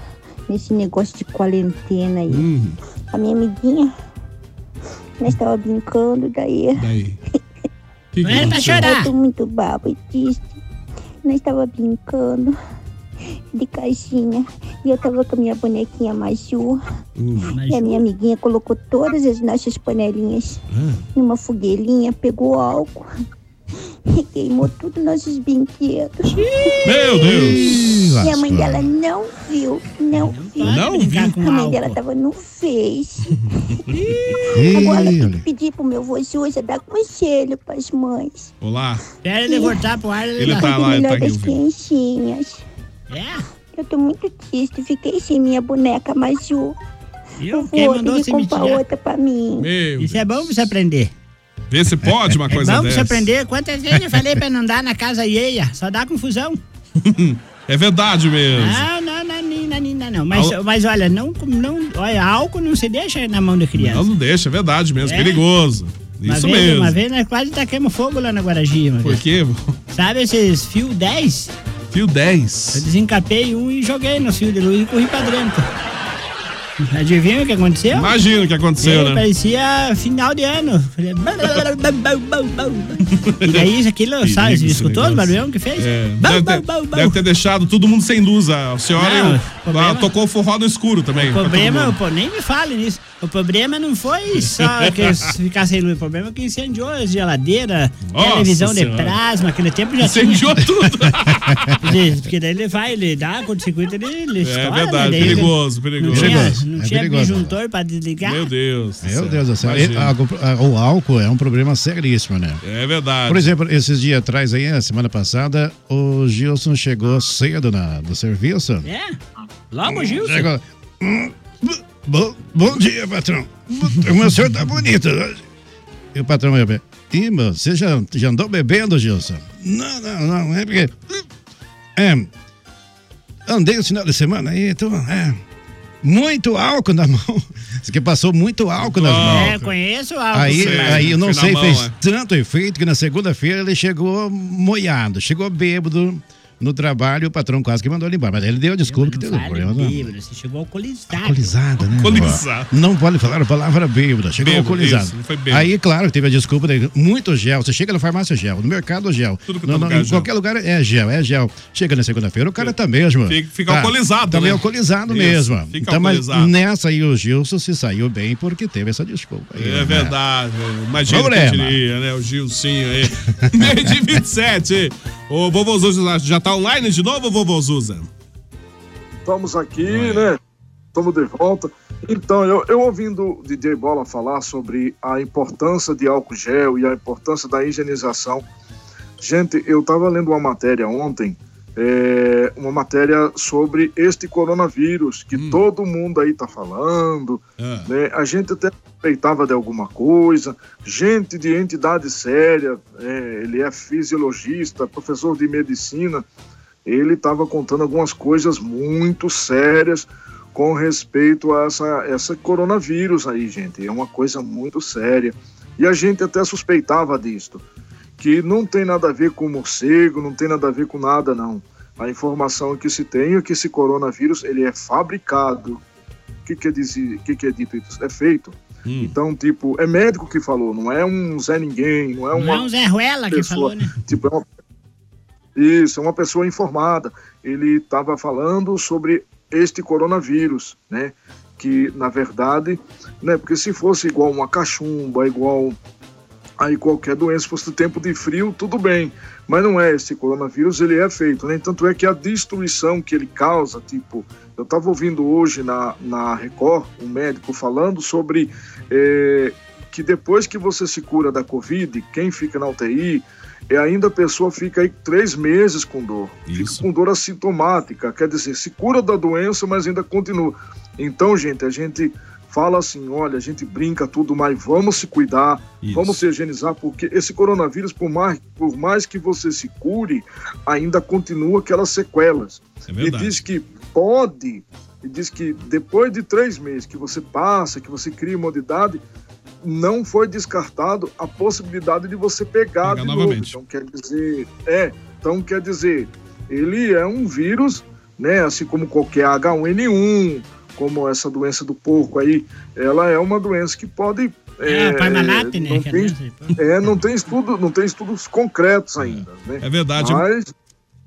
[SPEAKER 12] nesse negócio de quarentena aí. A minha amiguinha, nós tava brincando, daí...
[SPEAKER 2] Daí.
[SPEAKER 12] Que
[SPEAKER 7] Não é pra chorar.
[SPEAKER 12] Eu tô muito baba e triste. Nós tava brincando de caixinha e eu tava com a minha bonequinha Maju. E a minha amiguinha colocou todas as nossas panelinhas numa fogueirinha, pegou álcool e queimou todos os nossos brinquedos.
[SPEAKER 2] Meu Deus!
[SPEAKER 12] E a mãe dela não viu, não viu.
[SPEAKER 2] Não brincar com
[SPEAKER 12] A mãe
[SPEAKER 2] álcool.
[SPEAKER 12] dela tava no Face.
[SPEAKER 2] Ih,
[SPEAKER 12] Agora eu tenho
[SPEAKER 2] olha.
[SPEAKER 12] que pedir pro meu vô Júlia dar conselho pras mães.
[SPEAKER 2] Olá.
[SPEAKER 7] Espera ele voltar pro ar.
[SPEAKER 2] Ele tá lá, ele tá aqui
[SPEAKER 12] das
[SPEAKER 2] ouvindo.
[SPEAKER 12] criancinhas.
[SPEAKER 7] É?
[SPEAKER 12] Eu tô muito triste, fiquei sem minha boneca, mas o
[SPEAKER 7] Eu
[SPEAKER 12] vou
[SPEAKER 7] Quem mandou
[SPEAKER 12] ter que
[SPEAKER 7] se me
[SPEAKER 12] comprar
[SPEAKER 7] tirar?
[SPEAKER 12] outra pra mim.
[SPEAKER 7] Isso é bom pra você aprender.
[SPEAKER 2] Vê se pode uma
[SPEAKER 7] É
[SPEAKER 2] coisa
[SPEAKER 7] bom pra você
[SPEAKER 2] dessa.
[SPEAKER 7] aprender. Quantas vezes eu falei pra não dar na casa alheia? Só dá confusão.
[SPEAKER 2] é verdade mesmo.
[SPEAKER 7] Não, não, não, não, não, não, não. Mas,
[SPEAKER 2] Al-
[SPEAKER 7] mas olha, não, não, olha, álcool não se deixa na mão da criança.
[SPEAKER 2] Não, não deixa, é verdade mesmo.
[SPEAKER 7] É.
[SPEAKER 2] Perigoso.
[SPEAKER 7] uma
[SPEAKER 2] Isso
[SPEAKER 7] vez,
[SPEAKER 2] mesmo.
[SPEAKER 7] Uma vez nós quase tacamos fogo lá na Guaragia. uma
[SPEAKER 2] Por
[SPEAKER 7] vez.
[SPEAKER 2] quê?
[SPEAKER 7] Sabe esses fio 10?
[SPEAKER 2] Fio 10.
[SPEAKER 7] Eu desencapei um e joguei no fio de luz e corri pra dentro. Adivinha o que aconteceu?
[SPEAKER 2] Imagino o que aconteceu,
[SPEAKER 7] Ele
[SPEAKER 2] né?
[SPEAKER 7] Parecia final de ano. Falei, "Bau, bau, bau, bau, bau, bau." E daí aquilo, sabe,
[SPEAKER 2] Perigo esse
[SPEAKER 7] escutou o
[SPEAKER 2] negócio.
[SPEAKER 7] barulhão que fez?
[SPEAKER 2] É,
[SPEAKER 7] Bau,
[SPEAKER 2] deve,
[SPEAKER 7] bau,
[SPEAKER 2] ter,
[SPEAKER 7] bau, bau.
[SPEAKER 2] deve ter deixado todo mundo sem luz. A senhora
[SPEAKER 7] Não,
[SPEAKER 2] e o-
[SPEAKER 7] problema-
[SPEAKER 2] ela tocou o forró no escuro também.
[SPEAKER 7] O
[SPEAKER 2] pra todo
[SPEAKER 7] problema,
[SPEAKER 2] mundo.
[SPEAKER 7] pô, nem me fale nisso. O problema não foi só que s- ficar sem luz. O problema é que incendiou a geladeira,
[SPEAKER 2] Nossa
[SPEAKER 7] televisão de
[SPEAKER 2] Senhora.
[SPEAKER 7] plasma. Aquele tempo já
[SPEAKER 2] Incendiou
[SPEAKER 7] tudo. Porque daí ele vai, ele dá curto-circuito, ele, ele
[SPEAKER 2] É
[SPEAKER 7] estoura.
[SPEAKER 2] verdade,
[SPEAKER 7] daí ele-
[SPEAKER 2] perigoso,
[SPEAKER 7] Não
[SPEAKER 2] perigoso.
[SPEAKER 7] tinha,
[SPEAKER 9] Perigoso,
[SPEAKER 7] não
[SPEAKER 9] é
[SPEAKER 7] tinha
[SPEAKER 9] perigoso.
[SPEAKER 7] disjuntor pra desligar.
[SPEAKER 2] Meu Deus.
[SPEAKER 9] Meu Deus do céu.
[SPEAKER 2] Imagina.
[SPEAKER 9] E a- a- o álcool é um problema seríssimo, né?
[SPEAKER 2] É verdade.
[SPEAKER 9] Por exemplo, esses dias atrás aí, na semana passada, o Gilson chegou cedo na, do serviço.
[SPEAKER 7] É? Logo, Gilson.
[SPEAKER 9] Chegou. "Hum, bo- Bom, bom dia, patrão. O meu senhor tá bonito. hoje." E o patrão vai ver. Ih, meu, você já, já andou bebendo, Gilson? Não, não, não. É porque. É. Andei o final de semana aí, então. É. Muito álcool na mão. Isso aqui passou muito álcool nas mãos.
[SPEAKER 7] É, conheço o álcool.
[SPEAKER 9] Aí,
[SPEAKER 7] sim.
[SPEAKER 9] aí eu não sei, fez
[SPEAKER 7] é.
[SPEAKER 2] é.
[SPEAKER 9] tanto efeito que na segunda-feira ele chegou moiado, chegou bêbado no trabalho, o patrão quase que mandou ele embora. Mas ele deu desculpa que teve
[SPEAKER 7] Fale
[SPEAKER 9] problema. não.
[SPEAKER 7] bêbado, você chegou alcoolizado.
[SPEAKER 9] Alcoolizada, né?
[SPEAKER 2] Alcoolizada.
[SPEAKER 9] Não pode falar a palavra bêbada, chegou
[SPEAKER 2] Bêbado,
[SPEAKER 9] alcoolizado.
[SPEAKER 2] isso, não foi bêbado.
[SPEAKER 9] Aí, claro, teve a desculpa, dele, muito gel. Você chega na farmácia, gel. No mercado, gel.
[SPEAKER 2] Tudo que
[SPEAKER 9] No-
[SPEAKER 2] tá
[SPEAKER 9] no-
[SPEAKER 2] lugar,
[SPEAKER 9] em
[SPEAKER 2] gel.
[SPEAKER 9] qualquer lugar é gel, é gel. Chega na segunda-feira, o cara tá mesmo.
[SPEAKER 2] Fica- fica alcoolizado,
[SPEAKER 9] Tá
[SPEAKER 2] né?
[SPEAKER 9] meio alcoolizado
[SPEAKER 2] Isso,
[SPEAKER 9] mesmo.
[SPEAKER 2] fica
[SPEAKER 9] então, mas
[SPEAKER 2] alcoolizado.
[SPEAKER 9] nessa aí o Gilson se saiu bem porque teve essa desculpa. aí,
[SPEAKER 2] É
[SPEAKER 9] né?
[SPEAKER 2] verdade. Imagina
[SPEAKER 9] Problema.
[SPEAKER 2] quem diria, né? O Gilcinho aí. Meio de 27. O vovô Zuza já tá online de novo, vovô Zuza?
[SPEAKER 10] Estamos aqui, né? Estamos de volta. Então, eu, eu ouvindo o DJ Bola falar sobre a importância de álcool gel e a importância da higienização. Gente, eu estava lendo uma matéria ontem, é, uma matéria sobre este coronavírus, que todo mundo aí está falando, né? A gente até suspeitava de alguma coisa, gente de entidade séria, é, ele é fisiologista, professor de medicina, ele estava contando algumas coisas muito sérias com respeito a essa, essa coronavírus aí, gente. É uma coisa muito séria. E a gente até suspeitava disso, que não tem nada a ver com morcego, não tem nada a ver com nada, não. A informação que se tem é que esse coronavírus ele é fabricado. O que, que, é, dizer- o que, que é dito isso? É feito. Então, tipo, é médico que falou, não é um Zé Ninguém, não é
[SPEAKER 7] Não
[SPEAKER 10] uma.
[SPEAKER 7] é um Zé Ruela que
[SPEAKER 10] pessoa-
[SPEAKER 7] falou, né?
[SPEAKER 10] Tipo, é uma... Isso, é uma pessoa informada. Ele estava falando sobre este coronavírus, né? Que, na verdade, né? Porque se fosse igual uma cachumba, igual aí qualquer doença, se fosse tempo de frio, tudo bem. Mas não é esse coronavírus, ele é feito, né? Tanto é que a destruição que ele causa, tipo, eu estava ouvindo hoje na, na Record um médico falando sobre eh, que depois que você se cura da Covid, quem fica na UTI, é ainda a pessoa fica aí três meses com dor. Fica com dor assintomática, quer dizer, se cura da doença, mas ainda continua. Então, gente, a gente fala assim, olha, a gente brinca tudo, mas vamos se cuidar, vamos se higienizar, porque esse coronavírus, por mais, por mais que você se cure, ainda continua aquelas sequelas. e
[SPEAKER 2] verdade.
[SPEAKER 10] diz que pode, e diz que depois de três meses que você passa, que você cria imunidade, não foi descartado a possibilidade de você pegar, de novo.
[SPEAKER 2] novamente.
[SPEAKER 10] Então quer dizer, é, então quer dizer, ele é um vírus, né, assim como qualquer H1N1, como essa doença do porco aí, ela é uma doença que pode
[SPEAKER 7] É, a Parmalat, né,
[SPEAKER 10] Não
[SPEAKER 7] que é a
[SPEAKER 10] tem, é, não tem estudo, não tem estudos concretos ainda, né?
[SPEAKER 2] É verdade.
[SPEAKER 10] Mas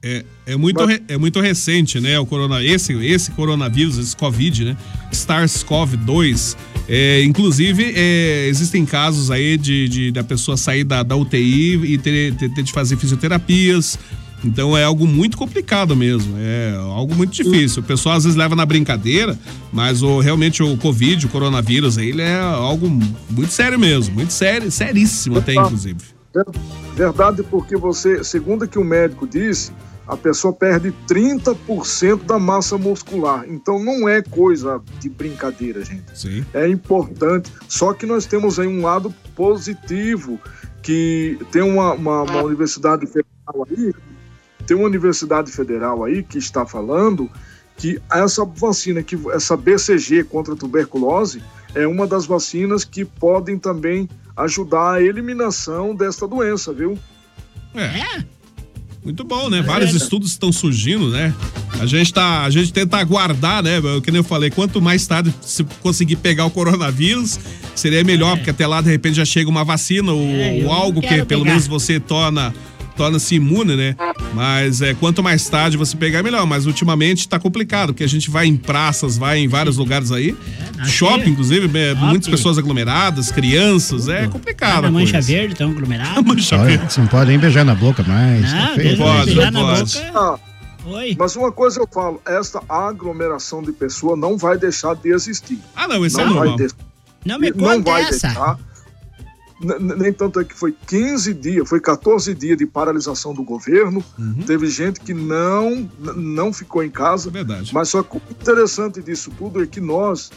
[SPEAKER 2] É, é muito, re- é muito recente, né? O corona, esse, esse coronavírus, esse Covid, né? SARS-CoV-2. É, inclusive, é, existem casos aí de, de- da pessoa sair da, da UTI e ter, ter, ter de fazer fisioterapias. Então é algo muito complicado mesmo. É algo muito difícil. O pessoal às vezes leva na brincadeira, mas o, realmente o Covid, o coronavírus, aí, ele é algo muito sério mesmo. Muito sério, seríssimo até, inclusive.
[SPEAKER 10] Verdade, porque você, segundo que o médico disse, a pessoa perde 30% da massa muscular. Então não é coisa de brincadeira, gente.
[SPEAKER 2] Sim.
[SPEAKER 10] É importante. Só que nós temos aí um lado positivo, que tem uma, uma, uma universidade federal aí, tem uma universidade federal aí que está falando que essa vacina, que essa BCG contra a tuberculose, é uma das vacinas que podem
[SPEAKER 7] né?
[SPEAKER 10] também ajudar a eliminação desta doença, viu?
[SPEAKER 2] É. Muito bom, né? Vários estudos estão surgindo, né? A gente, tá, a gente tenta aguardar, né? Que nem eu falei, quanto mais tarde se conseguir pegar o coronavírus, seria melhor, porque até lá, de repente, já chega uma vacina ou,
[SPEAKER 13] É, eu
[SPEAKER 2] ou algo
[SPEAKER 13] não
[SPEAKER 2] que
[SPEAKER 13] quero
[SPEAKER 2] pelo
[SPEAKER 13] pegar.
[SPEAKER 2] menos você torna torna-se imune, né? Mas é, quanto mais tarde você pegar, é melhor. Mas ultimamente tá complicado, porque a gente vai em praças, vai em vários lugares aí. Shopping, inclusive, é, muitas pessoas aglomeradas, crianças, é complicado.
[SPEAKER 7] Na
[SPEAKER 2] a
[SPEAKER 7] mancha
[SPEAKER 2] coisa.
[SPEAKER 7] verde, tão aglomerado.
[SPEAKER 2] Tá
[SPEAKER 9] Olha, você não pode nem beijar na boca mais.
[SPEAKER 7] Tá Não,
[SPEAKER 9] tá feio.
[SPEAKER 10] Ah, Mas uma coisa eu falo, esta aglomeração de pessoa não vai deixar de existir.
[SPEAKER 2] Ah, não, isso é
[SPEAKER 10] vai
[SPEAKER 2] normal.
[SPEAKER 7] Não me
[SPEAKER 10] Não
[SPEAKER 7] conta
[SPEAKER 10] vai
[SPEAKER 7] essa.
[SPEAKER 10] deixar. N- n- Nem tanto é que foi 15 dias, foi 14 dias de paralisação do governo.
[SPEAKER 2] Uhum.
[SPEAKER 10] Teve gente que não, n- não ficou em casa.
[SPEAKER 2] É Verdade.
[SPEAKER 10] Mas só que o interessante disso tudo é que nós,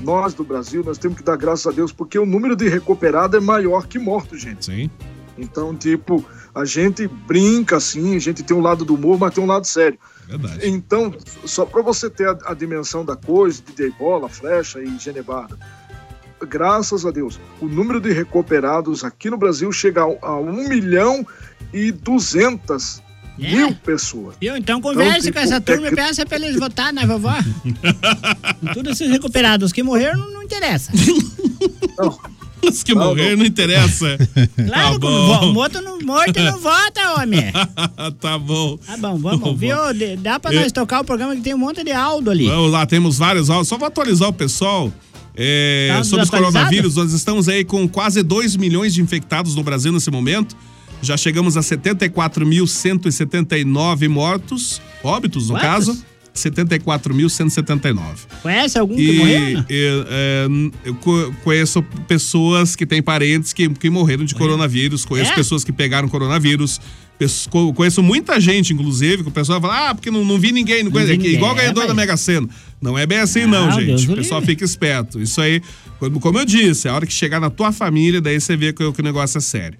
[SPEAKER 10] nós do Brasil, nós temos que dar graças a Deus, porque o número de recuperados é maior que mortos, gente.
[SPEAKER 2] Sim.
[SPEAKER 10] Então, tipo, a gente brinca assim, a gente tem um lado do humor, mas tem um lado sério.
[SPEAKER 2] Verdade.
[SPEAKER 10] Então, só para você ter a, a dimensão da coisa, de dei bola, flecha e genebarda, graças a Deus, o número de recuperados aqui no Brasil chega a, a 1 milhão e 200 mil pessoas.
[SPEAKER 7] Eu, É? então, Converse
[SPEAKER 10] tipo,
[SPEAKER 7] com essa turma
[SPEAKER 10] é
[SPEAKER 7] e peça pra eles votarem na vovó. Todos esses recuperados que morreram não, não interessa.
[SPEAKER 2] Os que morreram não interessa.
[SPEAKER 7] Claro,
[SPEAKER 2] tá
[SPEAKER 7] como vo-
[SPEAKER 2] bom.
[SPEAKER 7] morto, não, morto não vota, homem.
[SPEAKER 2] tá bom.
[SPEAKER 7] Tá bom, vamos, viu? De- Dá pra
[SPEAKER 2] Eu-
[SPEAKER 7] nós tocar o programa que tem um monte de Aldo ali.
[SPEAKER 2] Vamos lá, temos vários áudios. Só vou atualizar o pessoal. é,
[SPEAKER 7] Tá
[SPEAKER 2] sobre os
[SPEAKER 7] desatualizado?
[SPEAKER 2] coronavírus, nós estamos aí com quase 2 milhões de infectados no Brasil nesse momento. Já chegamos a 74.179 mortos, óbitos no
[SPEAKER 7] Quantos?
[SPEAKER 2] caso. 74.179.
[SPEAKER 7] Conhece algum que morreu?
[SPEAKER 2] E e, é, n- eu co- conheço pessoas que têm parentes que, que morreram de coronavírus, conheço
[SPEAKER 7] É?
[SPEAKER 2] pessoas que pegaram coronavírus. pes- co- Conheço muita gente, inclusive, que o pessoal fala, ah, porque não, não vi ninguém. Não conheço.
[SPEAKER 7] vi
[SPEAKER 2] É igual
[SPEAKER 7] ninguém,
[SPEAKER 2] ganhador
[SPEAKER 7] é,
[SPEAKER 2] da
[SPEAKER 7] mas-
[SPEAKER 2] Mega Sena. Não é bem assim, não,
[SPEAKER 7] Não, Deus
[SPEAKER 2] gente.
[SPEAKER 7] o
[SPEAKER 2] O pessoal fica esperto. Isso aí, quando- como eu disse, a hora que chegar na tua família, daí você vê que, que o negócio é sério.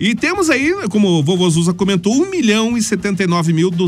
[SPEAKER 2] E temos aí, como o vovô Zuza comentou, 1 milhão e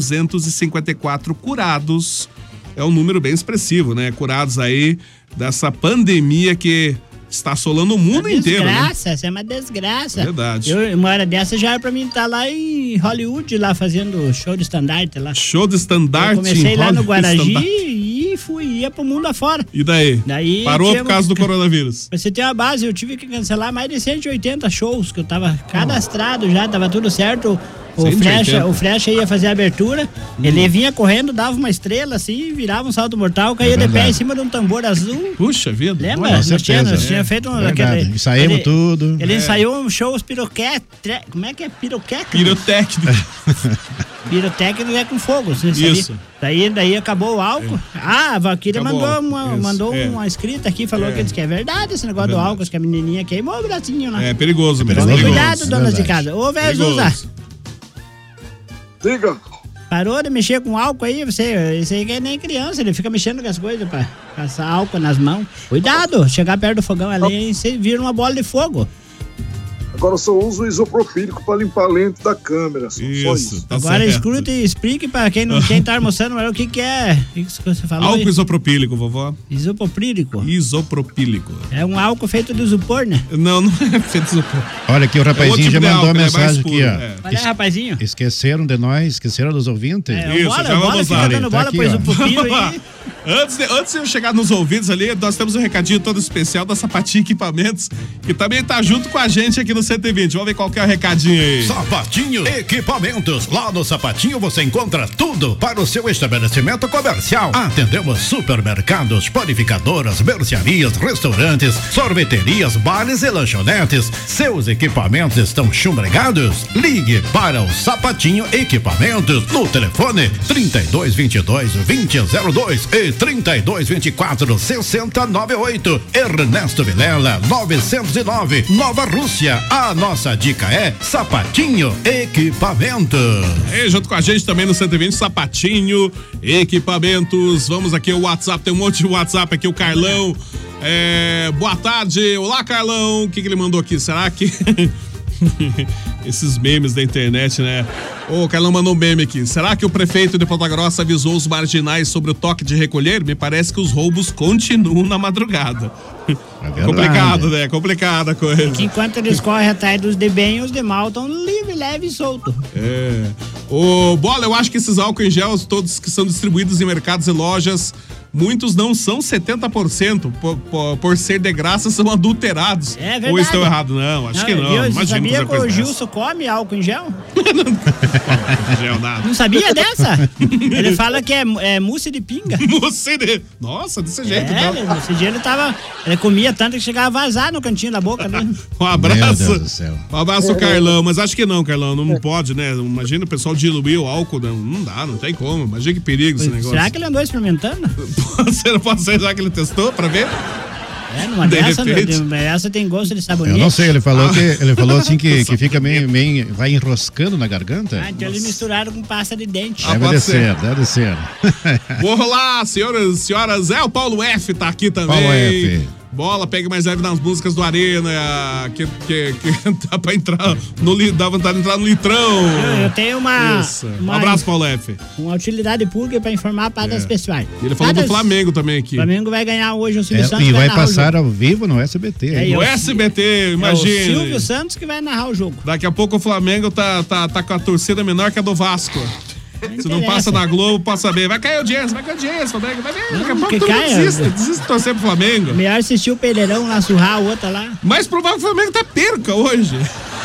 [SPEAKER 2] 79.254 curados. É um número bem expressivo, né? Curados aí dessa pandemia que está assolando o mundo inteiro, né?
[SPEAKER 7] Desgraça, isso é uma desgraça.
[SPEAKER 2] Verdade.
[SPEAKER 7] Eu, uma hora dessa já era pra mim estar lá em Hollywood, lá fazendo show de estandarte lá.
[SPEAKER 2] Show de estandarte.
[SPEAKER 7] Eu comecei
[SPEAKER 2] em
[SPEAKER 7] lá no
[SPEAKER 2] Hollywood,
[SPEAKER 7] Guaragi
[SPEAKER 2] estandarte.
[SPEAKER 7] e fui, ia pro mundo afora.
[SPEAKER 2] E daí?
[SPEAKER 7] Daí
[SPEAKER 2] Parou
[SPEAKER 7] tinha-
[SPEAKER 2] por causa do coronavírus.
[SPEAKER 7] Pra você ter uma base, eu tive que cancelar mais de 180 shows, que eu tava cadastrado já, tava tudo certo. O
[SPEAKER 14] 180.
[SPEAKER 7] Flecha, o Flecha ia fazer a abertura,
[SPEAKER 9] Hum.
[SPEAKER 7] ele vinha correndo, dava uma estrela assim, virava um salto mortal, caía de pé
[SPEAKER 9] É verdade.
[SPEAKER 7] em cima de um tambor azul.
[SPEAKER 2] Puxa vida.
[SPEAKER 7] Lembra?
[SPEAKER 9] Com
[SPEAKER 7] nós
[SPEAKER 9] certeza.
[SPEAKER 7] tínhamos-
[SPEAKER 9] É,
[SPEAKER 7] tinha feito um.
[SPEAKER 9] verdade. Ensaiamos
[SPEAKER 7] ele-
[SPEAKER 9] tudo.
[SPEAKER 7] Ele
[SPEAKER 9] É.
[SPEAKER 7] ensaiou um show, os piroquetra. Como é que é piroquetra?
[SPEAKER 2] Pirotécnico.
[SPEAKER 7] Pirotécnico é com fogo, você sabia?
[SPEAKER 2] Isso. É.
[SPEAKER 7] Daí, daí acabou o álcool. Ah, a Valkyria
[SPEAKER 2] Acabou o
[SPEAKER 7] mandou,
[SPEAKER 2] álcool,
[SPEAKER 7] uma,
[SPEAKER 2] isso,
[SPEAKER 7] mandou
[SPEAKER 2] é.
[SPEAKER 7] uma escrita aqui, falou
[SPEAKER 2] É.
[SPEAKER 7] que diz que é verdade esse negócio do
[SPEAKER 2] verdade.
[SPEAKER 7] álcool, diz que a menininha queimou o bracinho lá.
[SPEAKER 2] É perigoso mesmo.
[SPEAKER 7] Tome
[SPEAKER 2] perigoso. é
[SPEAKER 7] cuidado, donas
[SPEAKER 9] é.
[SPEAKER 7] de casa. Ô, velho
[SPEAKER 2] Perigoso.
[SPEAKER 7] Zuza.
[SPEAKER 10] Diga.
[SPEAKER 7] Parou de mexer com álcool aí, você, esse aí que é nem criança, ele fica mexendo com as coisas pra passar álcool nas mãos. Cuidado, chegar perto do fogão ali e você vira uma bola de fogo.
[SPEAKER 10] Agora eu só uso o isopropílico para limpar a lente da câmera. Só só isso.
[SPEAKER 2] tá
[SPEAKER 7] Agora escuta e explique pra quem não quem tá almoçando mas o que que é. O que que você falou?
[SPEAKER 2] Álcool
[SPEAKER 7] aí?
[SPEAKER 2] isopropílico, vovó.
[SPEAKER 7] Isopropílico?
[SPEAKER 2] Isopropílico.
[SPEAKER 7] É um álcool feito de isopor, né?
[SPEAKER 2] Não, não é feito de isopor.
[SPEAKER 9] Olha
[SPEAKER 2] É
[SPEAKER 9] aqui, o rapazinho já mandou uma
[SPEAKER 2] uma
[SPEAKER 9] mensagem aqui, ó.
[SPEAKER 2] né?
[SPEAKER 7] Olha, rapazinho.
[SPEAKER 9] Esqueceram de nós, esqueceram dos ouvintes. Tá
[SPEAKER 2] É, Isso, bola, já bola, vamos lá. fica dando bola um pro
[SPEAKER 7] isopropílico aí.
[SPEAKER 2] Antes de, antes de eu chegar nos ouvidos ali, nós temos um recadinho todo especial da Sapatinho Equipamentos, que também tá junto com a gente aqui no 120. Vamos ver qual que é o recadinho aí.
[SPEAKER 15] Sapatinho Equipamentos. Lá no Sapatinho você encontra tudo para o seu estabelecimento comercial. Atendemos supermercados, panificadoras, mercearias, restaurantes, sorveterias, bares e lanchonetes. Seus equipamentos estão chumbregados? Ligue para o Um Sapatinho Equipamentos no telefone 3222 2002 e 3224 6098. Ernesto Vilela 909, Nova Rússia. A nossa dica é Sapatinho Equipamentos.
[SPEAKER 2] E junto com a gente também no 120 Sapatinho, equipamentos. Vamos aqui, o WhatsApp, tem um monte de WhatsApp aqui, o Carlão. É, boa tarde, olá Carlão. O que, que ele mandou aqui? Será que. Esses memes da internet, né? Ô, o Carlão mandou um meme aqui. Será que o prefeito de Ponta Grossa avisou os marginais sobre o toque de recolher? Me parece que os roubos continuam na madrugada. complicado, né? Complicada a coisa.
[SPEAKER 7] Que enquanto eles correm atrás dos de bem, os de mal estão livres leve e solto.
[SPEAKER 2] É. Ô, Bola, eu acho que esses álcool em gel, todos que são distribuídos em mercados e lojas, muitos não são 70%, por, por, por ser de graça, são adulterados.
[SPEAKER 7] É verdade.
[SPEAKER 2] Ou estão errados? Não, acho que não.
[SPEAKER 7] viu? Você
[SPEAKER 2] Imagina
[SPEAKER 7] sabia
[SPEAKER 2] fazer
[SPEAKER 7] que o
[SPEAKER 2] coisa
[SPEAKER 7] Gilson come álcool em gel?
[SPEAKER 2] dessa. Gel nada.
[SPEAKER 7] Não sabia dessa? Ele fala que é, é mousse de pinga.
[SPEAKER 2] Mousse de... Nossa, desse jeito,
[SPEAKER 7] É,
[SPEAKER 2] então.
[SPEAKER 7] ele- esse dia ele tava... Ele comia tanto que chegava a vazar no cantinho da boca dele.
[SPEAKER 2] Um abraço.
[SPEAKER 7] Meu Deus do
[SPEAKER 2] Um abraço, Carlão. Mas acho que não, Carlão. Não pode, né? Imagina o pessoal diluir o álcool. Não, não dá, não tem como. Imagina que perigo esse negócio.
[SPEAKER 7] Será que ele andou experimentando?
[SPEAKER 2] Você não pode ser, já que ele testou pra ver?
[SPEAKER 7] É, numa
[SPEAKER 2] De
[SPEAKER 7] dessa, meu
[SPEAKER 2] repente.
[SPEAKER 7] Deus, mas essa tem gosto de sabonete.
[SPEAKER 9] Eu não sei, ele falou,
[SPEAKER 7] Ah.
[SPEAKER 9] que, ele falou assim que, que fica meio, meio. vai enroscando na garganta.
[SPEAKER 7] Ah, então eles misturaram com pasta de dente.
[SPEAKER 2] Ah,
[SPEAKER 9] deve descer, né? deve descer.
[SPEAKER 2] Vou lá, senhoras e senhoras. É, o Paulo F tá aqui também.
[SPEAKER 9] Paulo F.
[SPEAKER 2] Bola, pegue mais leve nas músicas do Arena, que, que, que dá pra entrar no... li- Dá vontade de entrar no litrão.
[SPEAKER 7] É, Eu tenho uma-
[SPEAKER 2] Isso. Um
[SPEAKER 7] uma-
[SPEAKER 2] abraço, Paulo F.
[SPEAKER 7] Uma utilidade pública para informar
[SPEAKER 2] É.
[SPEAKER 7] padres pessoais.
[SPEAKER 2] E Ele falou do
[SPEAKER 7] Padres-
[SPEAKER 2] Flamengo também aqui.
[SPEAKER 7] O Flamengo vai ganhar hoje o Silvio
[SPEAKER 9] É,
[SPEAKER 7] Santos.
[SPEAKER 9] e vai
[SPEAKER 7] narrar o
[SPEAKER 9] passar
[SPEAKER 7] jogo.
[SPEAKER 9] ao vivo no SBT.
[SPEAKER 7] É,
[SPEAKER 9] hein?
[SPEAKER 7] e eu-
[SPEAKER 2] SBT,
[SPEAKER 7] É o
[SPEAKER 2] imagina.
[SPEAKER 7] Silvio Santos que vai narrar o jogo.
[SPEAKER 2] Daqui a pouco o Flamengo tá, tá, tá com a torcida menor que a do Vasco. Se não
[SPEAKER 7] interessa.
[SPEAKER 2] passa na Globo, passa bem. Vai cair o Jens, vai cair o Jens, Flamengo. Vai ver, daqui a
[SPEAKER 7] Não,
[SPEAKER 2] pouco
[SPEAKER 7] que
[SPEAKER 2] todo mundo
[SPEAKER 7] caia. né?
[SPEAKER 2] desiste, desiste de torcer pro Flamengo.
[SPEAKER 7] Melhor assistir o Pereirão lá surrar a outra lá.
[SPEAKER 2] Mais provável que o Flamengo tá perca hoje.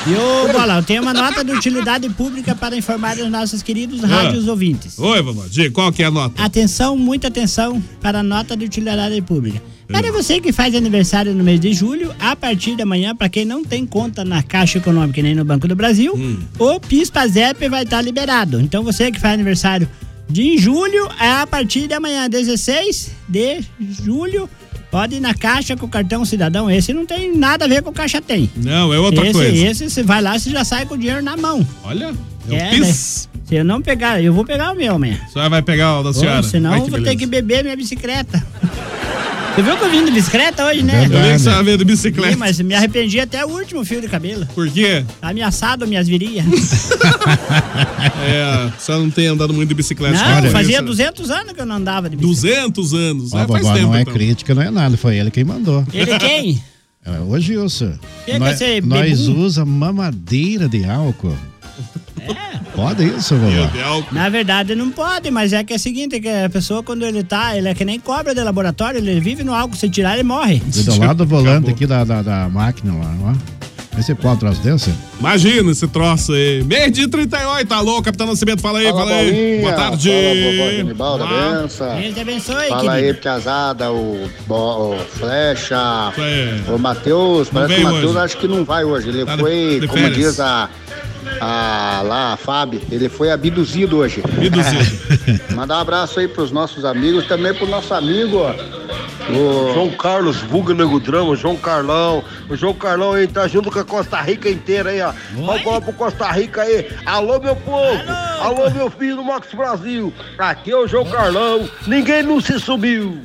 [SPEAKER 7] E ô, Bola, eu tenho uma nota de utilidade pública para informar os nossos queridos
[SPEAKER 2] Ah.
[SPEAKER 7] rádios ouvintes.
[SPEAKER 2] Oi, vovó. Diga, qual que é a nota?
[SPEAKER 7] Atenção, muita atenção para a nota de utilidade pública. Para é você que faz aniversário no mês de julho, a partir de amanhã, para quem não tem conta na Caixa Econômica e nem no Banco do Brasil,
[SPEAKER 2] Hum.
[SPEAKER 7] o PIS-PASEP vai estar liberado. Então você que faz aniversário de em julho, é a partir de amanhã, 16 de julho, pode ir na Caixa com o cartão cidadão. Esse não tem nada a ver com o Caixa Tem.
[SPEAKER 2] Não, é outra
[SPEAKER 7] esse,
[SPEAKER 2] coisa.
[SPEAKER 7] Esse você vai lá, você já sai com o dinheiro na mão.
[SPEAKER 2] Olha, é o
[SPEAKER 7] É, né?
[SPEAKER 2] PIS.
[SPEAKER 7] Se eu não pegar, eu vou pegar o meu amanhã.
[SPEAKER 2] A senhora vai pegar o da
[SPEAKER 7] Ou,
[SPEAKER 2] senhora.
[SPEAKER 7] senão
[SPEAKER 2] Ai,
[SPEAKER 7] eu vou ter
[SPEAKER 2] beleza.
[SPEAKER 7] que beber minha bicicleta. Você viu que eu vim de bicicleta hoje, né?
[SPEAKER 2] Eu vi que você veio de
[SPEAKER 7] Sim,
[SPEAKER 2] bicicleta.
[SPEAKER 7] mas me arrependi até o último fio de cabelo.
[SPEAKER 2] Por quê?
[SPEAKER 7] Tá ameaçado minhas virilhas.
[SPEAKER 2] É, a senhora não tem andado muito de bicicleta.
[SPEAKER 7] não,
[SPEAKER 2] Olha,
[SPEAKER 7] fazia
[SPEAKER 2] isso-
[SPEAKER 7] 200 anos que eu não andava de bicicleta.
[SPEAKER 2] 200 anos.
[SPEAKER 9] Ó,
[SPEAKER 2] né?
[SPEAKER 9] vovó,
[SPEAKER 2] Faz tempo,
[SPEAKER 9] não é
[SPEAKER 2] então.
[SPEAKER 9] crítica, não é nada. Foi ele quem mandou.
[SPEAKER 7] Ele quem?
[SPEAKER 9] É o Gilson.
[SPEAKER 7] Quem é que
[SPEAKER 9] Nós,
[SPEAKER 7] você
[SPEAKER 9] nós
[SPEAKER 7] bebum?
[SPEAKER 9] usa mamadeira de álcool.
[SPEAKER 7] É.
[SPEAKER 9] Pode isso, vovó.
[SPEAKER 7] Na verdade não pode, mas é que é o seguinte, que a pessoa quando ele tá, ele é que nem cobra de laboratório, ele vive no álcool, se tirar ele morre.
[SPEAKER 9] E Do lado do volante aqui da, da, da máquina lá, ó. Vê se pode trazer dessa.
[SPEAKER 2] Imagina esse troço aí. Meio de 38, alô, Capitão Nascimento, fala aí, fala, aí. Boa tarde.
[SPEAKER 13] Fala, vovó
[SPEAKER 2] Ah.
[SPEAKER 13] Genibalda, benção.
[SPEAKER 7] Deus te abençoe,
[SPEAKER 13] Fala aí,
[SPEAKER 7] querido.
[SPEAKER 13] Piazada, o, Bo- o Flecha, o Matheus. Parece que o
[SPEAKER 7] veio
[SPEAKER 13] Matheus
[SPEAKER 7] hoje.
[SPEAKER 13] acho que não vai hoje. Ele foi,
[SPEAKER 7] de
[SPEAKER 13] como
[SPEAKER 7] férias.
[SPEAKER 13] diz a, a lá, a Fábio, ele foi abduzido hoje. Abduzido. Mandar um abraço aí pros nossos amigos, também pro nosso amigo, o...
[SPEAKER 14] João Carlos, vulgo Nego Drama, João Carlão. O João Carlão aí tá junto com a Costa Rica inteira aí, ó. Vamos falar pro Costa Rica aí. Alô, meu povo! Alô, meu filho do Max Brasil. Aqui é o João Carlão. Ninguém não se subiu.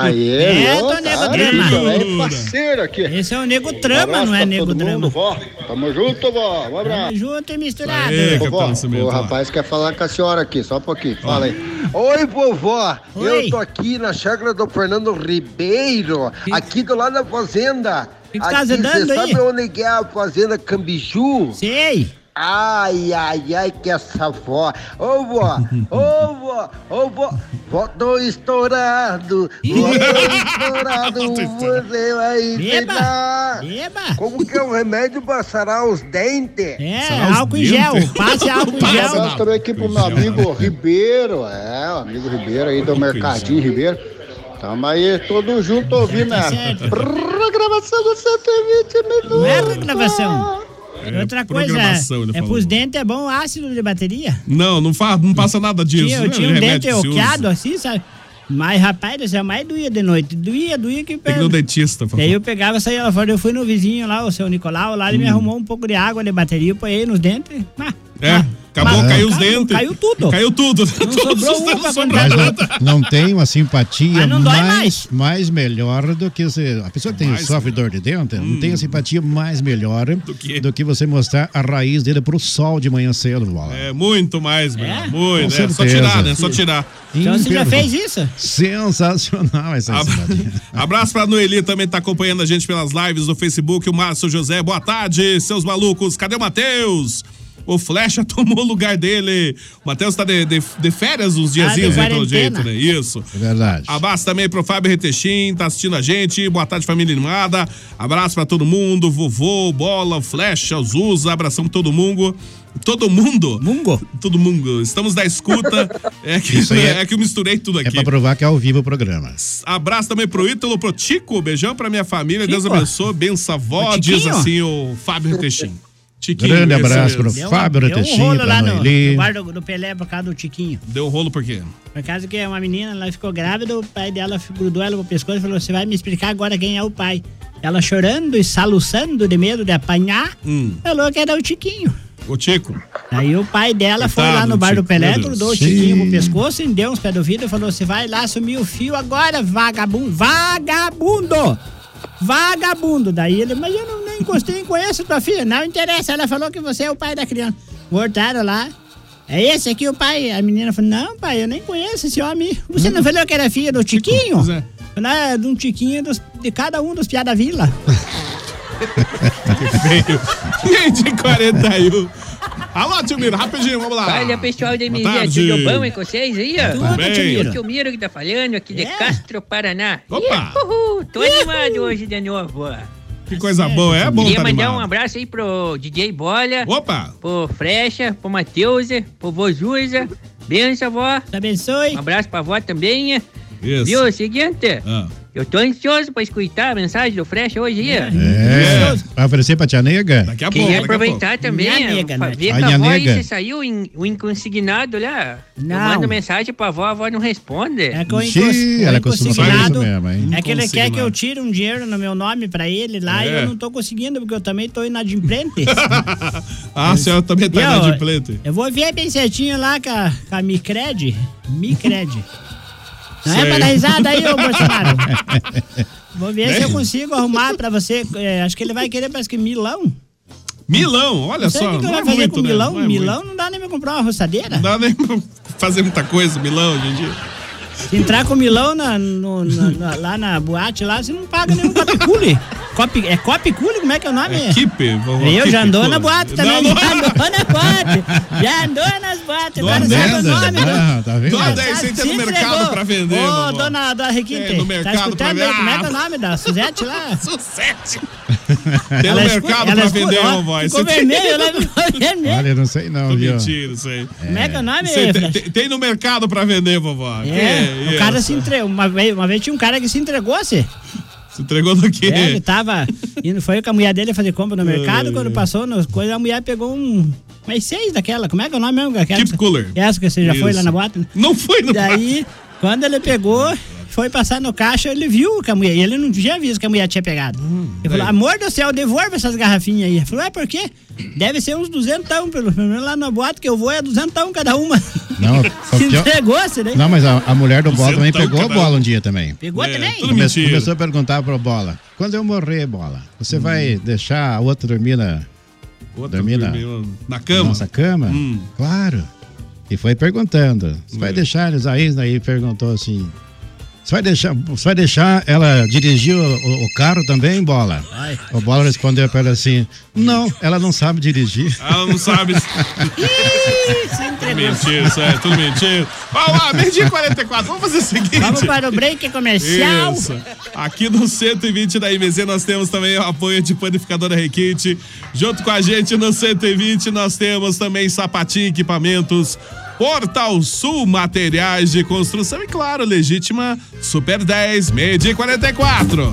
[SPEAKER 13] Aê,
[SPEAKER 7] É,
[SPEAKER 13] ô,
[SPEAKER 7] tô nego
[SPEAKER 13] tá,
[SPEAKER 7] drama.
[SPEAKER 13] é parceiro aqui.
[SPEAKER 7] Esse é o nego trama, não é nego drama.
[SPEAKER 13] Vó, tamo junto, vó. Um abraço.
[SPEAKER 7] Tamo junto e misturado.
[SPEAKER 13] Ô,
[SPEAKER 7] Ô,
[SPEAKER 13] vovó,
[SPEAKER 7] vó,
[SPEAKER 13] o rapaz quer falar com a senhora aqui, só um pouquinho. Fala aí. Oi, vovó.
[SPEAKER 14] Oi.
[SPEAKER 13] Eu tô aqui na chácara do Fernando Ribeiro, aqui do lado da fazenda.
[SPEAKER 14] Que que tá
[SPEAKER 13] Aqui,
[SPEAKER 14] azedando
[SPEAKER 13] Você
[SPEAKER 14] aí?
[SPEAKER 13] sabe onde que é a fazenda Cambiju?
[SPEAKER 7] Sei.
[SPEAKER 13] Ai, ai, ai, que essa vó. Ô, vó, ô, vó, ô, vó. Vó, tô estourado, vó, tô estourado, você vai ensinar. Como que é um remédio pra sarar os dentes?
[SPEAKER 7] É, álcool em gel. Passe álcool em gel.
[SPEAKER 13] Nós também aqui é pro meu amigo Ribeiro, é, o amigo Ribeiro aí do Mercadinho Ribeiro. Tamo aí, todo junto né? ouvindo
[SPEAKER 7] Tá
[SPEAKER 13] a programação do 120 minutos.
[SPEAKER 7] Não é regravação.
[SPEAKER 2] É
[SPEAKER 7] Outra coisa é,
[SPEAKER 2] programação, ele
[SPEAKER 7] é
[SPEAKER 2] falou.
[SPEAKER 7] pros dentes é bom ácido de bateria.
[SPEAKER 2] Não, não, fa, não passa nada disso.
[SPEAKER 7] Tinha, eu
[SPEAKER 2] né?
[SPEAKER 7] tinha um
[SPEAKER 2] Remédio
[SPEAKER 7] dente
[SPEAKER 2] que se usa.
[SPEAKER 7] oqueado assim, sabe? Mas, rapaz, do céu, mais doía de noite. Doía, doía que...
[SPEAKER 2] Tem que ir no dentista. por
[SPEAKER 7] Daí eu
[SPEAKER 2] favor. Hum.
[SPEAKER 7] pegava, saía lá fora, eu fui no vizinho lá, o seu Nicolau, lá ele me arrumou um pouco de água de bateria, eu ponhei nos dentes. Ah,
[SPEAKER 2] É, acabou,
[SPEAKER 9] Ah.
[SPEAKER 2] caiu os
[SPEAKER 9] Caiu-
[SPEAKER 2] dentes.
[SPEAKER 7] caiu tudo.
[SPEAKER 2] Caiu tudo.
[SPEAKER 7] Não sobrou um pra
[SPEAKER 9] Mas
[SPEAKER 7] contar.
[SPEAKER 9] não, não tem uma simpatia
[SPEAKER 7] Mas não dói
[SPEAKER 9] mais, mais. melhor do que você. A pessoa tem,
[SPEAKER 7] Mais,
[SPEAKER 9] sofre dor de dente, não
[SPEAKER 2] hum.
[SPEAKER 9] tem a simpatia mais melhor do que, você mostrar a raiz dele pro sol de manhã cedo, Bola.
[SPEAKER 2] É, muito mais, meu. Muito.
[SPEAKER 9] Com
[SPEAKER 2] É, só
[SPEAKER 9] certeza.
[SPEAKER 2] tirar, né? Só tirar.
[SPEAKER 7] Então você já
[SPEAKER 9] Imperdoável.
[SPEAKER 7] fez isso?
[SPEAKER 9] Sensacional essa simpatia.
[SPEAKER 2] Abraço pra Noeli, também tá acompanhando a gente pelas lives do Facebook. O Márcio José, boa tarde, seus malucos. Cadê o Matheus? o Flecha tomou o lugar dele. O Matheus tá de, de, de férias uns diazinhos,
[SPEAKER 9] Ah, de
[SPEAKER 2] né, pelo
[SPEAKER 9] quarentena.
[SPEAKER 2] jeito, né? Isso.
[SPEAKER 9] É verdade.
[SPEAKER 2] Abraço também pro Fábio Retechim, tá assistindo a gente. Boa tarde, família animada. Abraço pra todo mundo, vovô, bola, flecha, Zuza, abração pra todo mundo. Todo mundo? Mungo? Todo mundo. Estamos da escuta. É que,
[SPEAKER 9] Isso aí é-
[SPEAKER 2] é... que eu misturei tudo
[SPEAKER 9] É
[SPEAKER 2] aqui.
[SPEAKER 9] pra provar que é ao vivo o programa.
[SPEAKER 2] Abraço também pro Ítalo, pro Tico. Beijão pra minha família. Deus
[SPEAKER 9] Tico.
[SPEAKER 2] abençoe. Benção avó,
[SPEAKER 9] O
[SPEAKER 2] diz
[SPEAKER 9] Tiquinho?
[SPEAKER 2] assim o Fábio Retechim.
[SPEAKER 9] Grande abraço pro
[SPEAKER 2] Deu-
[SPEAKER 9] Fábio
[SPEAKER 2] deu um
[SPEAKER 9] Retechinho,
[SPEAKER 2] rolo
[SPEAKER 9] pra
[SPEAKER 2] lá no-
[SPEAKER 9] Noeli.
[SPEAKER 2] no bar-
[SPEAKER 7] Guarda do Pelé por causa do Tiquinho.
[SPEAKER 2] Deu um rolo por quê?
[SPEAKER 7] Por causa que é uma menina, ela ficou grávida, o pai dela grudou ela no pescoço e falou: Você vai me explicar agora quem é o pai. Ela chorando e soluçando de medo de apanhar,
[SPEAKER 2] Hum.
[SPEAKER 7] falou que era o Tiquinho.
[SPEAKER 2] O Tico.
[SPEAKER 7] Aí o pai dela foi
[SPEAKER 2] Coitado
[SPEAKER 7] lá no
[SPEAKER 2] do
[SPEAKER 7] bar do
[SPEAKER 2] Tico,
[SPEAKER 7] Pelé,
[SPEAKER 2] meu Deus.
[SPEAKER 7] grudou o
[SPEAKER 2] Sim.
[SPEAKER 7] Tiquinho pro pescoço, e deu uns pés do vidro e falou: Você vai lá assumir o fio agora, vagabundo! Vagabundo! Vagabundo! Daí ele, mas eu não nem encostei, nem conheço tua filha, não interessa. Ela falou que você é o pai da criança. Voltaram lá. É esse aqui o pai? A menina falou: Não, pai, eu nem conheço esse homem. Você não falou que era filha do Tiquinho?
[SPEAKER 2] Hum. Pois é.
[SPEAKER 7] Não, é de um Tiquinho dos- de cada um dos piá da vila.
[SPEAKER 2] Veio. Gente, 41. Alô, tio Miro, rapidinho, vamos lá.
[SPEAKER 16] Olha, pessoal da
[SPEAKER 2] Boa
[SPEAKER 16] MZ,
[SPEAKER 2] tarde.
[SPEAKER 16] tudo bom aí com vocês aí, ó?
[SPEAKER 2] Tudo, Tudo, tio Miro.
[SPEAKER 16] Tio Miro que tá falando aqui de
[SPEAKER 2] É.
[SPEAKER 16] Castro, Paraná.
[SPEAKER 2] Opa!
[SPEAKER 16] Uhul, tô animado hoje de novo, ó.
[SPEAKER 2] Que coisa boa, é bom
[SPEAKER 16] Queria
[SPEAKER 2] tá
[SPEAKER 16] mandar
[SPEAKER 2] animado.
[SPEAKER 16] um abraço aí pro DJ Bola.
[SPEAKER 2] Opa!
[SPEAKER 16] Pro Frecha, pro Mateusa, pro Vozuza. Benção, vó.
[SPEAKER 7] Abençoe.
[SPEAKER 16] Um abraço pra vó também, ó.
[SPEAKER 2] Isso.
[SPEAKER 16] Viu? É o seguinte,
[SPEAKER 2] Ah.
[SPEAKER 16] eu tô ansioso pra escutar a mensagem do Frecha hoje, ó.
[SPEAKER 9] É. Vai oferecer pra tia nega?
[SPEAKER 7] é
[SPEAKER 9] Daqui
[SPEAKER 16] Queria aproveitar também,
[SPEAKER 7] Minha
[SPEAKER 16] eh,
[SPEAKER 7] nega,
[SPEAKER 16] pra
[SPEAKER 7] né?
[SPEAKER 16] ver
[SPEAKER 9] A
[SPEAKER 16] com a
[SPEAKER 9] minha
[SPEAKER 16] avó aí
[SPEAKER 9] nega.
[SPEAKER 16] se saiu em- o inconsignado lá.
[SPEAKER 7] Não.
[SPEAKER 16] Eu mando mensagem pra avó, a avó não responde. É
[SPEAKER 7] que o Ixi, incons- o ela costuma fazer isso inconsignado- mesmo,
[SPEAKER 9] hein?
[SPEAKER 7] É que ele quer que eu tire um dinheiro no meu nome pra ele lá e
[SPEAKER 2] É.
[SPEAKER 7] eu não tô conseguindo, porque eu também tô inadimplente.
[SPEAKER 2] Ah, a senhora também tá
[SPEAKER 7] Eu-
[SPEAKER 2] na de pleito.
[SPEAKER 7] eu vou ver bem certinho lá com a, com a Micred. Micred. Não é
[SPEAKER 2] Sei.
[SPEAKER 7] pra dar risada aí, ô Bolsonaro? Vou ver se eu consigo arrumar pra você. é, acho que ele vai querer, parece que Milão.
[SPEAKER 2] Milão, olha
[SPEAKER 7] não sei
[SPEAKER 2] só.
[SPEAKER 7] O que que eu
[SPEAKER 2] não
[SPEAKER 7] vou
[SPEAKER 2] é
[SPEAKER 7] fazer
[SPEAKER 2] muito,
[SPEAKER 7] com
[SPEAKER 2] né?
[SPEAKER 7] Milão?
[SPEAKER 2] Não é
[SPEAKER 7] Milão
[SPEAKER 2] muito.
[SPEAKER 7] não dá nem pra comprar uma roçadeira.
[SPEAKER 2] Não dá nem pra fazer muita coisa, Milão, hoje em dia.
[SPEAKER 7] Se entrar com Milão na, no- na- na- lá na boate, lá, você não paga nenhum copicule. Cop, é copicule? Como é que é o nome?
[SPEAKER 2] É Kipe, vamos
[SPEAKER 7] Eu
[SPEAKER 2] Kipe,
[SPEAKER 7] já andou
[SPEAKER 2] pô.
[SPEAKER 7] na boate também.
[SPEAKER 2] Não, não.
[SPEAKER 7] Já andou na boate. Já andou nas boates.
[SPEAKER 2] Não
[SPEAKER 7] Agora não sabe o
[SPEAKER 2] venda,
[SPEAKER 7] nome. né?
[SPEAKER 2] não,
[SPEAKER 7] do-
[SPEAKER 2] tá vendo?
[SPEAKER 7] do-
[SPEAKER 2] Não, daí você
[SPEAKER 7] Se
[SPEAKER 2] tem no
[SPEAKER 7] entregou.
[SPEAKER 2] mercado pra vender,
[SPEAKER 7] Ô,
[SPEAKER 2] vovó.
[SPEAKER 7] dona, dona Requinte.
[SPEAKER 2] Tem no mercado
[SPEAKER 7] tá
[SPEAKER 2] pra
[SPEAKER 7] escutando
[SPEAKER 2] vender.
[SPEAKER 7] aí? Como é que é
[SPEAKER 2] Ah.
[SPEAKER 7] o nome da Suzete lá?
[SPEAKER 2] Suzete.
[SPEAKER 7] Tem
[SPEAKER 2] no mercado pra vender, vovó.
[SPEAKER 7] Ficou
[SPEAKER 2] Isso tem-
[SPEAKER 7] vermelho, né? ela ficou vermelho.
[SPEAKER 9] Olha, não sei não,
[SPEAKER 2] Tô
[SPEAKER 9] viu?
[SPEAKER 2] mentindo, isso aí.
[SPEAKER 7] é Como é que é o nome,
[SPEAKER 2] Isso aí, tem,
[SPEAKER 7] Flash?
[SPEAKER 2] tem- tem no mercado pra vender, vovó. Que
[SPEAKER 7] É, o
[SPEAKER 2] isso?
[SPEAKER 7] cara se entregou. Uma vez, uma vez tinha um cara que se entregou, se.
[SPEAKER 2] Se entregou do quê?
[SPEAKER 7] É, ele tava. Indo, foi com a mulher dele fazer compra no mercado.
[SPEAKER 2] Ai,
[SPEAKER 7] quando passou nas coisas, a mulher pegou um. Mais seis daquela. Como é que é o nome mesmo? Aquela,
[SPEAKER 2] Keep cooler.
[SPEAKER 7] Essa que você já foi
[SPEAKER 2] Isso.
[SPEAKER 7] lá na bota? né?
[SPEAKER 2] Não foi no
[SPEAKER 7] Daí, quando ele pegou, foi passar no caixa, ele viu que a mulher. Ele não tinha visto que a mulher tinha pegado. ele falou:
[SPEAKER 2] Hum, daí?
[SPEAKER 7] amor do céu, devolva essas garrafinhas aí. Ele falou: é por quê? Deve ser uns duzentão, pelo pelo menos lá na boate que eu vou é duzentão cada uma.
[SPEAKER 9] Não,
[SPEAKER 7] Se entregou-se, né?
[SPEAKER 9] Não, mas a, a mulher do Bola também
[SPEAKER 7] Sentão,
[SPEAKER 2] tá
[SPEAKER 9] pegou a
[SPEAKER 7] caralho.
[SPEAKER 9] bola um dia também.
[SPEAKER 7] Pegou
[SPEAKER 2] É,
[SPEAKER 7] também?
[SPEAKER 9] Come- começou a perguntar pro Bola: quando eu morrer, Bola, você
[SPEAKER 2] Hum.
[SPEAKER 9] vai deixar a outra dormir na,
[SPEAKER 2] Outra
[SPEAKER 9] dormir na-
[SPEAKER 2] dormiu na cama. Hum.
[SPEAKER 9] nossa cama? Claro. E foi perguntando: você vai
[SPEAKER 2] É.
[SPEAKER 9] deixar eles aí? Daí perguntou assim: você vai deixar, você vai deixar ela dirigir o, o- o carro também, Bola? O Bola respondeu pra ela assim: não, ela não sabe dirigir.
[SPEAKER 2] Ela não sabe.
[SPEAKER 7] Se entregou.
[SPEAKER 2] Mentira, isso é tudo mentira. Vamos lá, meio-dia e 44. Vamos fazer o seguinte.
[SPEAKER 7] Vamos para o break comercial.
[SPEAKER 2] Isso. Aqui no 120 da IBZ nós temos também o apoio de Panificadora Requinte. Junto com a gente no 120 nós temos também Sapatinho Equipamentos, Portal Sul Materiais de Construção e, claro, Legítima Super 10, meio dia e 44.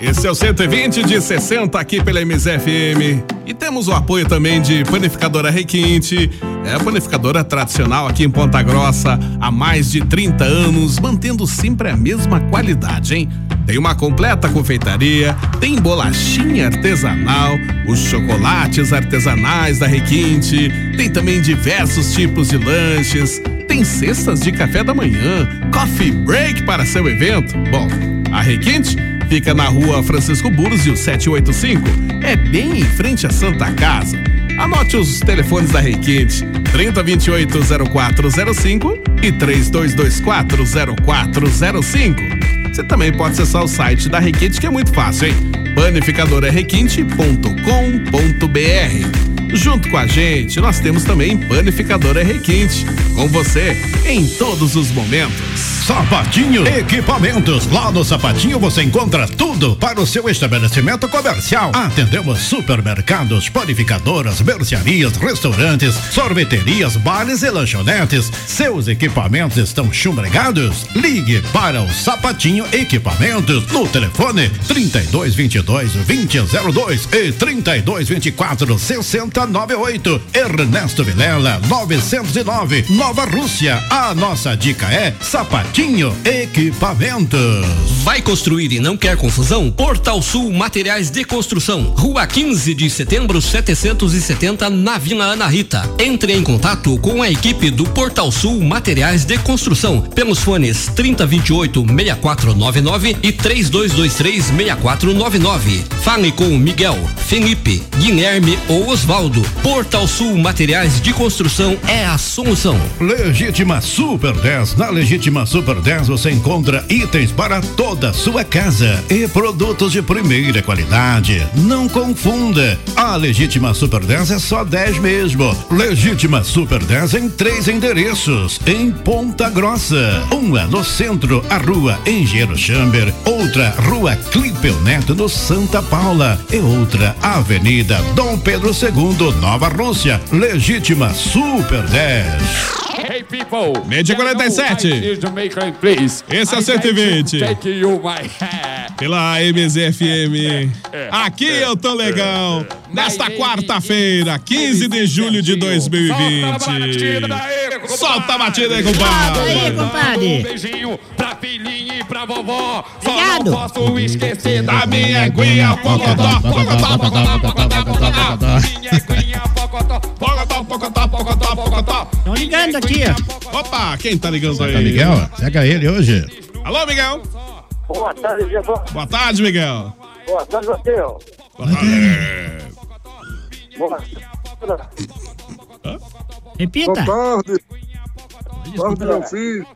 [SPEAKER 2] Esse é o 120 de 60 aqui pela MZFM. E temos o apoio também de Panificadora Requinte. É a panificadora tradicional aqui em Ponta Grossa há mais de 30 anos, mantendo sempre a mesma qualidade, hein? Tem uma completa confeitaria, tem bolachinha artesanal, os chocolates artesanais da Requinte, tem também diversos tipos de lanches, tem cestas de café da manhã, coffee break para seu evento. Bom, a Requinte Fica na rua Francisco Búrzio 785. É bem em frente à Santa Casa. Anote os telefones da Requinte: 3028-0405 e 3224-0405. Você também pode acessar o site da Requinte, que é muito fácil, hein? é panificadorarequinte.com.br. Junto com a gente, nós temos também Panificadora Requinte. Com você, em todos os momentos.
[SPEAKER 9] Sapatinho Equipamentos. Lá no Sapatinho você encontra tudo para o seu estabelecimento comercial. Atendemos supermercados, panificadoras, mercearias, restaurantes, sorveterias, bares e lanchonetes. Seus equipamentos estão chumbregados? Ligue para o Sapatinho Equipamentos no telefone 3222 2002 e 3224 6098. Ernesto Vilela 909, Nova Rússia. A nossa dica é Sapatinho Equipamentos.
[SPEAKER 17] Vai construir e não quer confusão? Portal Sul Materiais de Construção, Rua 15 de Setembro 770, na Vila Ana Rita. Entre em contato com a equipe do Portal Sul Materiais de Construção pelos fones 3028 6499 e 3223 6499. Fale com Miguel, Felipe, Guilherme ou Osvaldo. Portal Sul Materiais de Construção é a solução.
[SPEAKER 9] Legítima Super 10. Na Legítima Super 10 você encontra itens para toda a sua casa e produtos de primeira qualidade. Não confunda. A Legítima Super 10 é só 10 mesmo. Legítima Super 10 em três endereços. Em Ponta Grossa. Uma no centro, a rua Engenheiro Chamber. Outra, rua Clipeu Neto, no Santa Paula. E outra, Avenida Dom Pedro II, Nova Rússia. Legítima Super 10.
[SPEAKER 2] Hey people, Média 47. Esse é o 120. Pela MZFM. Aqui eu tô legal. Nesta quarta-feira, 15 de julho de 2020. Solta a batida aí,
[SPEAKER 7] Solta aí,
[SPEAKER 2] compadre.
[SPEAKER 9] Um
[SPEAKER 7] compadre.
[SPEAKER 14] beijinho pra filhinha e pra vovó.
[SPEAKER 7] Obrigado.
[SPEAKER 14] Posso esquecer da minha guia, pocotó, pocotó, pocotó, pocotó, pocotó.
[SPEAKER 7] Estão ligando aqui,
[SPEAKER 2] ó. Opa, quem tá ligando aí?
[SPEAKER 3] Tá, Miguel? Pega ele hoje.
[SPEAKER 2] Alô, Miguel.
[SPEAKER 10] Boa tarde, Giovanni.
[SPEAKER 2] Boa tarde, Miguel. É,
[SPEAKER 10] Boa tarde, Matheus.
[SPEAKER 2] Boa tarde.
[SPEAKER 10] Boa
[SPEAKER 7] Repita.
[SPEAKER 10] Boa tarde. Boa tarde, meu filho.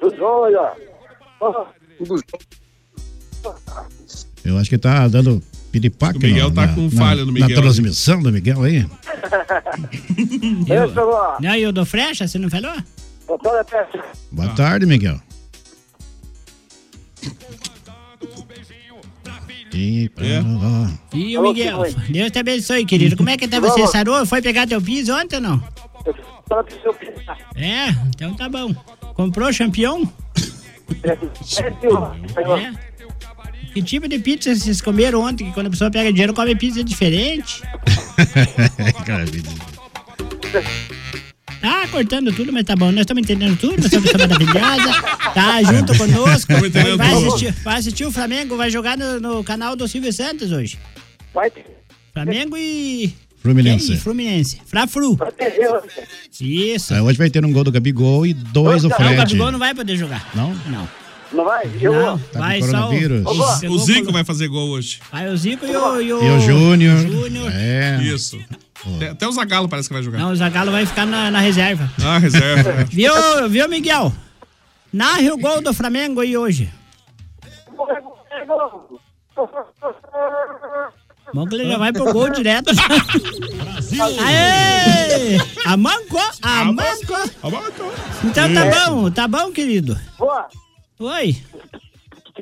[SPEAKER 10] Tudo jóia? Ah, Tudo
[SPEAKER 3] Eu acho que tá dando piripaque.
[SPEAKER 2] O Miguel
[SPEAKER 3] não,
[SPEAKER 2] tá
[SPEAKER 3] na-
[SPEAKER 2] com
[SPEAKER 3] na-
[SPEAKER 2] falha no Miguel,
[SPEAKER 3] Na transmissão do Miguel aí.
[SPEAKER 7] Eu, não, e o do Frecha, você não falou?
[SPEAKER 2] Ah.
[SPEAKER 3] Boa tarde, Miguel. E pra lá.
[SPEAKER 7] É. E o Miguel, Deus te abençoe, querido. Como é que tá você?
[SPEAKER 3] Vamos.
[SPEAKER 7] Sarou? Foi pegar teu piso ontem ou não? É, então tá bom. Comprou champião? É. Que tipo de pizza vocês comeram ontem? Que quando a pessoa pega dinheiro, come pizza diferente.
[SPEAKER 3] Cara, vida.
[SPEAKER 7] Tá cortando tudo, mas tá bom. Nós estamos entendendo tudo, nós estamos pessoa maravilhosa. Tá junto conosco.
[SPEAKER 10] Estamos entendendo
[SPEAKER 7] Vai
[SPEAKER 10] tudo.
[SPEAKER 7] assistir, vai assistir o Flamengo, vai jogar no, no canal do Silvio Santos hoje.
[SPEAKER 10] Vai.
[SPEAKER 7] Flamengo e.
[SPEAKER 3] Fluminense.
[SPEAKER 7] E Fluminense. Fra Fru. Isso.
[SPEAKER 3] Ah, hoje vai ter um gol do Gabigol e dois do
[SPEAKER 7] Não, o
[SPEAKER 3] Fred.
[SPEAKER 7] Gabigol não vai poder jogar.
[SPEAKER 3] Não?
[SPEAKER 7] Não.
[SPEAKER 10] Não vai?
[SPEAKER 7] Não,
[SPEAKER 3] Tá com
[SPEAKER 7] vai só
[SPEAKER 3] coronavírus.
[SPEAKER 7] o...
[SPEAKER 2] O, o Zico vai fazer gol hoje.
[SPEAKER 7] Vai o Zico e o... E o,
[SPEAKER 3] E o Júnior. É.
[SPEAKER 2] Isso. Até, até o Zagalo parece que vai jogar.
[SPEAKER 7] Não, o Zagallo vai ficar na, na reserva.
[SPEAKER 2] Ah, reserva. é.
[SPEAKER 7] Viu, viu, Miguel? Narre o gol do Flamengo aí hoje. Bom que ele já vai pro gol direto. Aê! Amanco! Amanco! Então
[SPEAKER 3] É.
[SPEAKER 7] tá bom, tá bom, querido. Oi.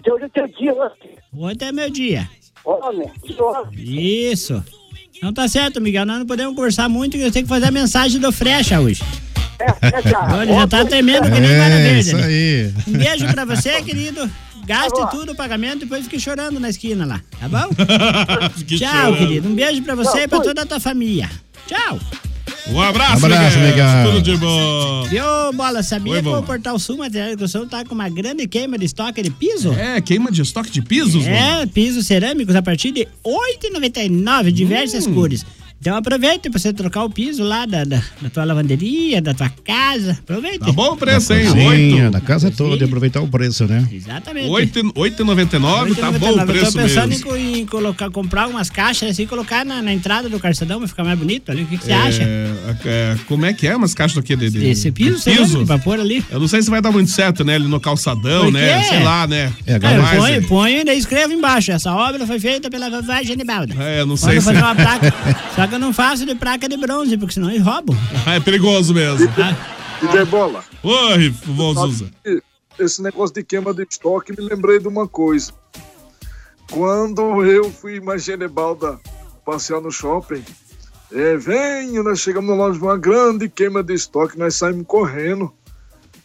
[SPEAKER 10] Que hoje é teu dia, né?
[SPEAKER 7] Hoje é meu dia.
[SPEAKER 10] Homem, que homem.
[SPEAKER 7] Isso. Não tá certo, Miguel. Nós não podemos conversar muito, que eu tenho que fazer a mensagem do Frecha hoje.
[SPEAKER 10] É,
[SPEAKER 7] Olha, ele já tá tremendo que nem
[SPEAKER 3] é,
[SPEAKER 7] vara verde.
[SPEAKER 3] isso
[SPEAKER 7] né?
[SPEAKER 3] aí.
[SPEAKER 7] Um beijo pra você,
[SPEAKER 10] Tá
[SPEAKER 7] querido. Gaste tudo o pagamento e depois fique chorando na esquina lá, tá bom?
[SPEAKER 2] Fique
[SPEAKER 7] Tchau,
[SPEAKER 2] chorando.
[SPEAKER 7] querido. Um beijo pra você e pra toda a tua família. Tchau.
[SPEAKER 2] Um abraço,
[SPEAKER 3] Um abraço, Miguel.
[SPEAKER 2] Tudo de bom.
[SPEAKER 7] Viu, Bola? Sabia
[SPEAKER 2] Oi,
[SPEAKER 7] que
[SPEAKER 2] Bola.
[SPEAKER 7] o Portal Sul Material de Construção tá com uma grande queima de estoque de piso?
[SPEAKER 2] É, queima de estoque de pisos,
[SPEAKER 7] É,
[SPEAKER 2] mano. Hum.
[SPEAKER 7] pisos cerâmicos a partir de R$ 8,99, diversas cores. Então aproveita pra você trocar o piso lá da, da, da tua lavanderia, da tua casa. Aproveita.
[SPEAKER 2] Tá bom o preço, hein?
[SPEAKER 9] Sim,
[SPEAKER 2] Oito.
[SPEAKER 9] da casa toda, de aproveitar o preço, né?
[SPEAKER 7] Exatamente.
[SPEAKER 2] 8,99, tá bom o
[SPEAKER 7] 8,99. Eu
[SPEAKER 2] preço
[SPEAKER 7] tô pensando em
[SPEAKER 2] mesmo.
[SPEAKER 7] co- em, colocar, comprar umas caixas assim e colocar na, na entrada do calçadão pra ficar mais bonito ali. O que, que você acha?
[SPEAKER 2] É, é, como é que é umas caixas do que? De, de,
[SPEAKER 7] Esse piso,
[SPEAKER 2] de
[SPEAKER 7] você lembra de vapor ali?
[SPEAKER 2] Eu não sei se vai dar muito certo, né? Ele no calçadão,
[SPEAKER 7] Por
[SPEAKER 2] né?
[SPEAKER 7] quê?
[SPEAKER 2] Sei lá, né?
[SPEAKER 7] É,
[SPEAKER 2] Mas,
[SPEAKER 7] eu
[SPEAKER 2] é,
[SPEAKER 7] ponho, ponho e daí escrevo embaixo. Essa obra foi feita pela vovó Genibalda.
[SPEAKER 2] É, eu não
[SPEAKER 7] Pode
[SPEAKER 2] sei se...
[SPEAKER 7] fazer uma placa. Só que eu não faço de placa de bronze, porque senão eles roubam.
[SPEAKER 2] é perigoso mesmo.
[SPEAKER 7] Ah.
[SPEAKER 10] E tem bola.
[SPEAKER 2] Oi, vovô Zuza.
[SPEAKER 10] Esse negócio de queima de estoque, me lembrei de uma coisa. Quando eu fui mais Genebalda passear no shopping, é, venho, nós chegamos na loja, uma grande queima de estoque, nós saímos correndo.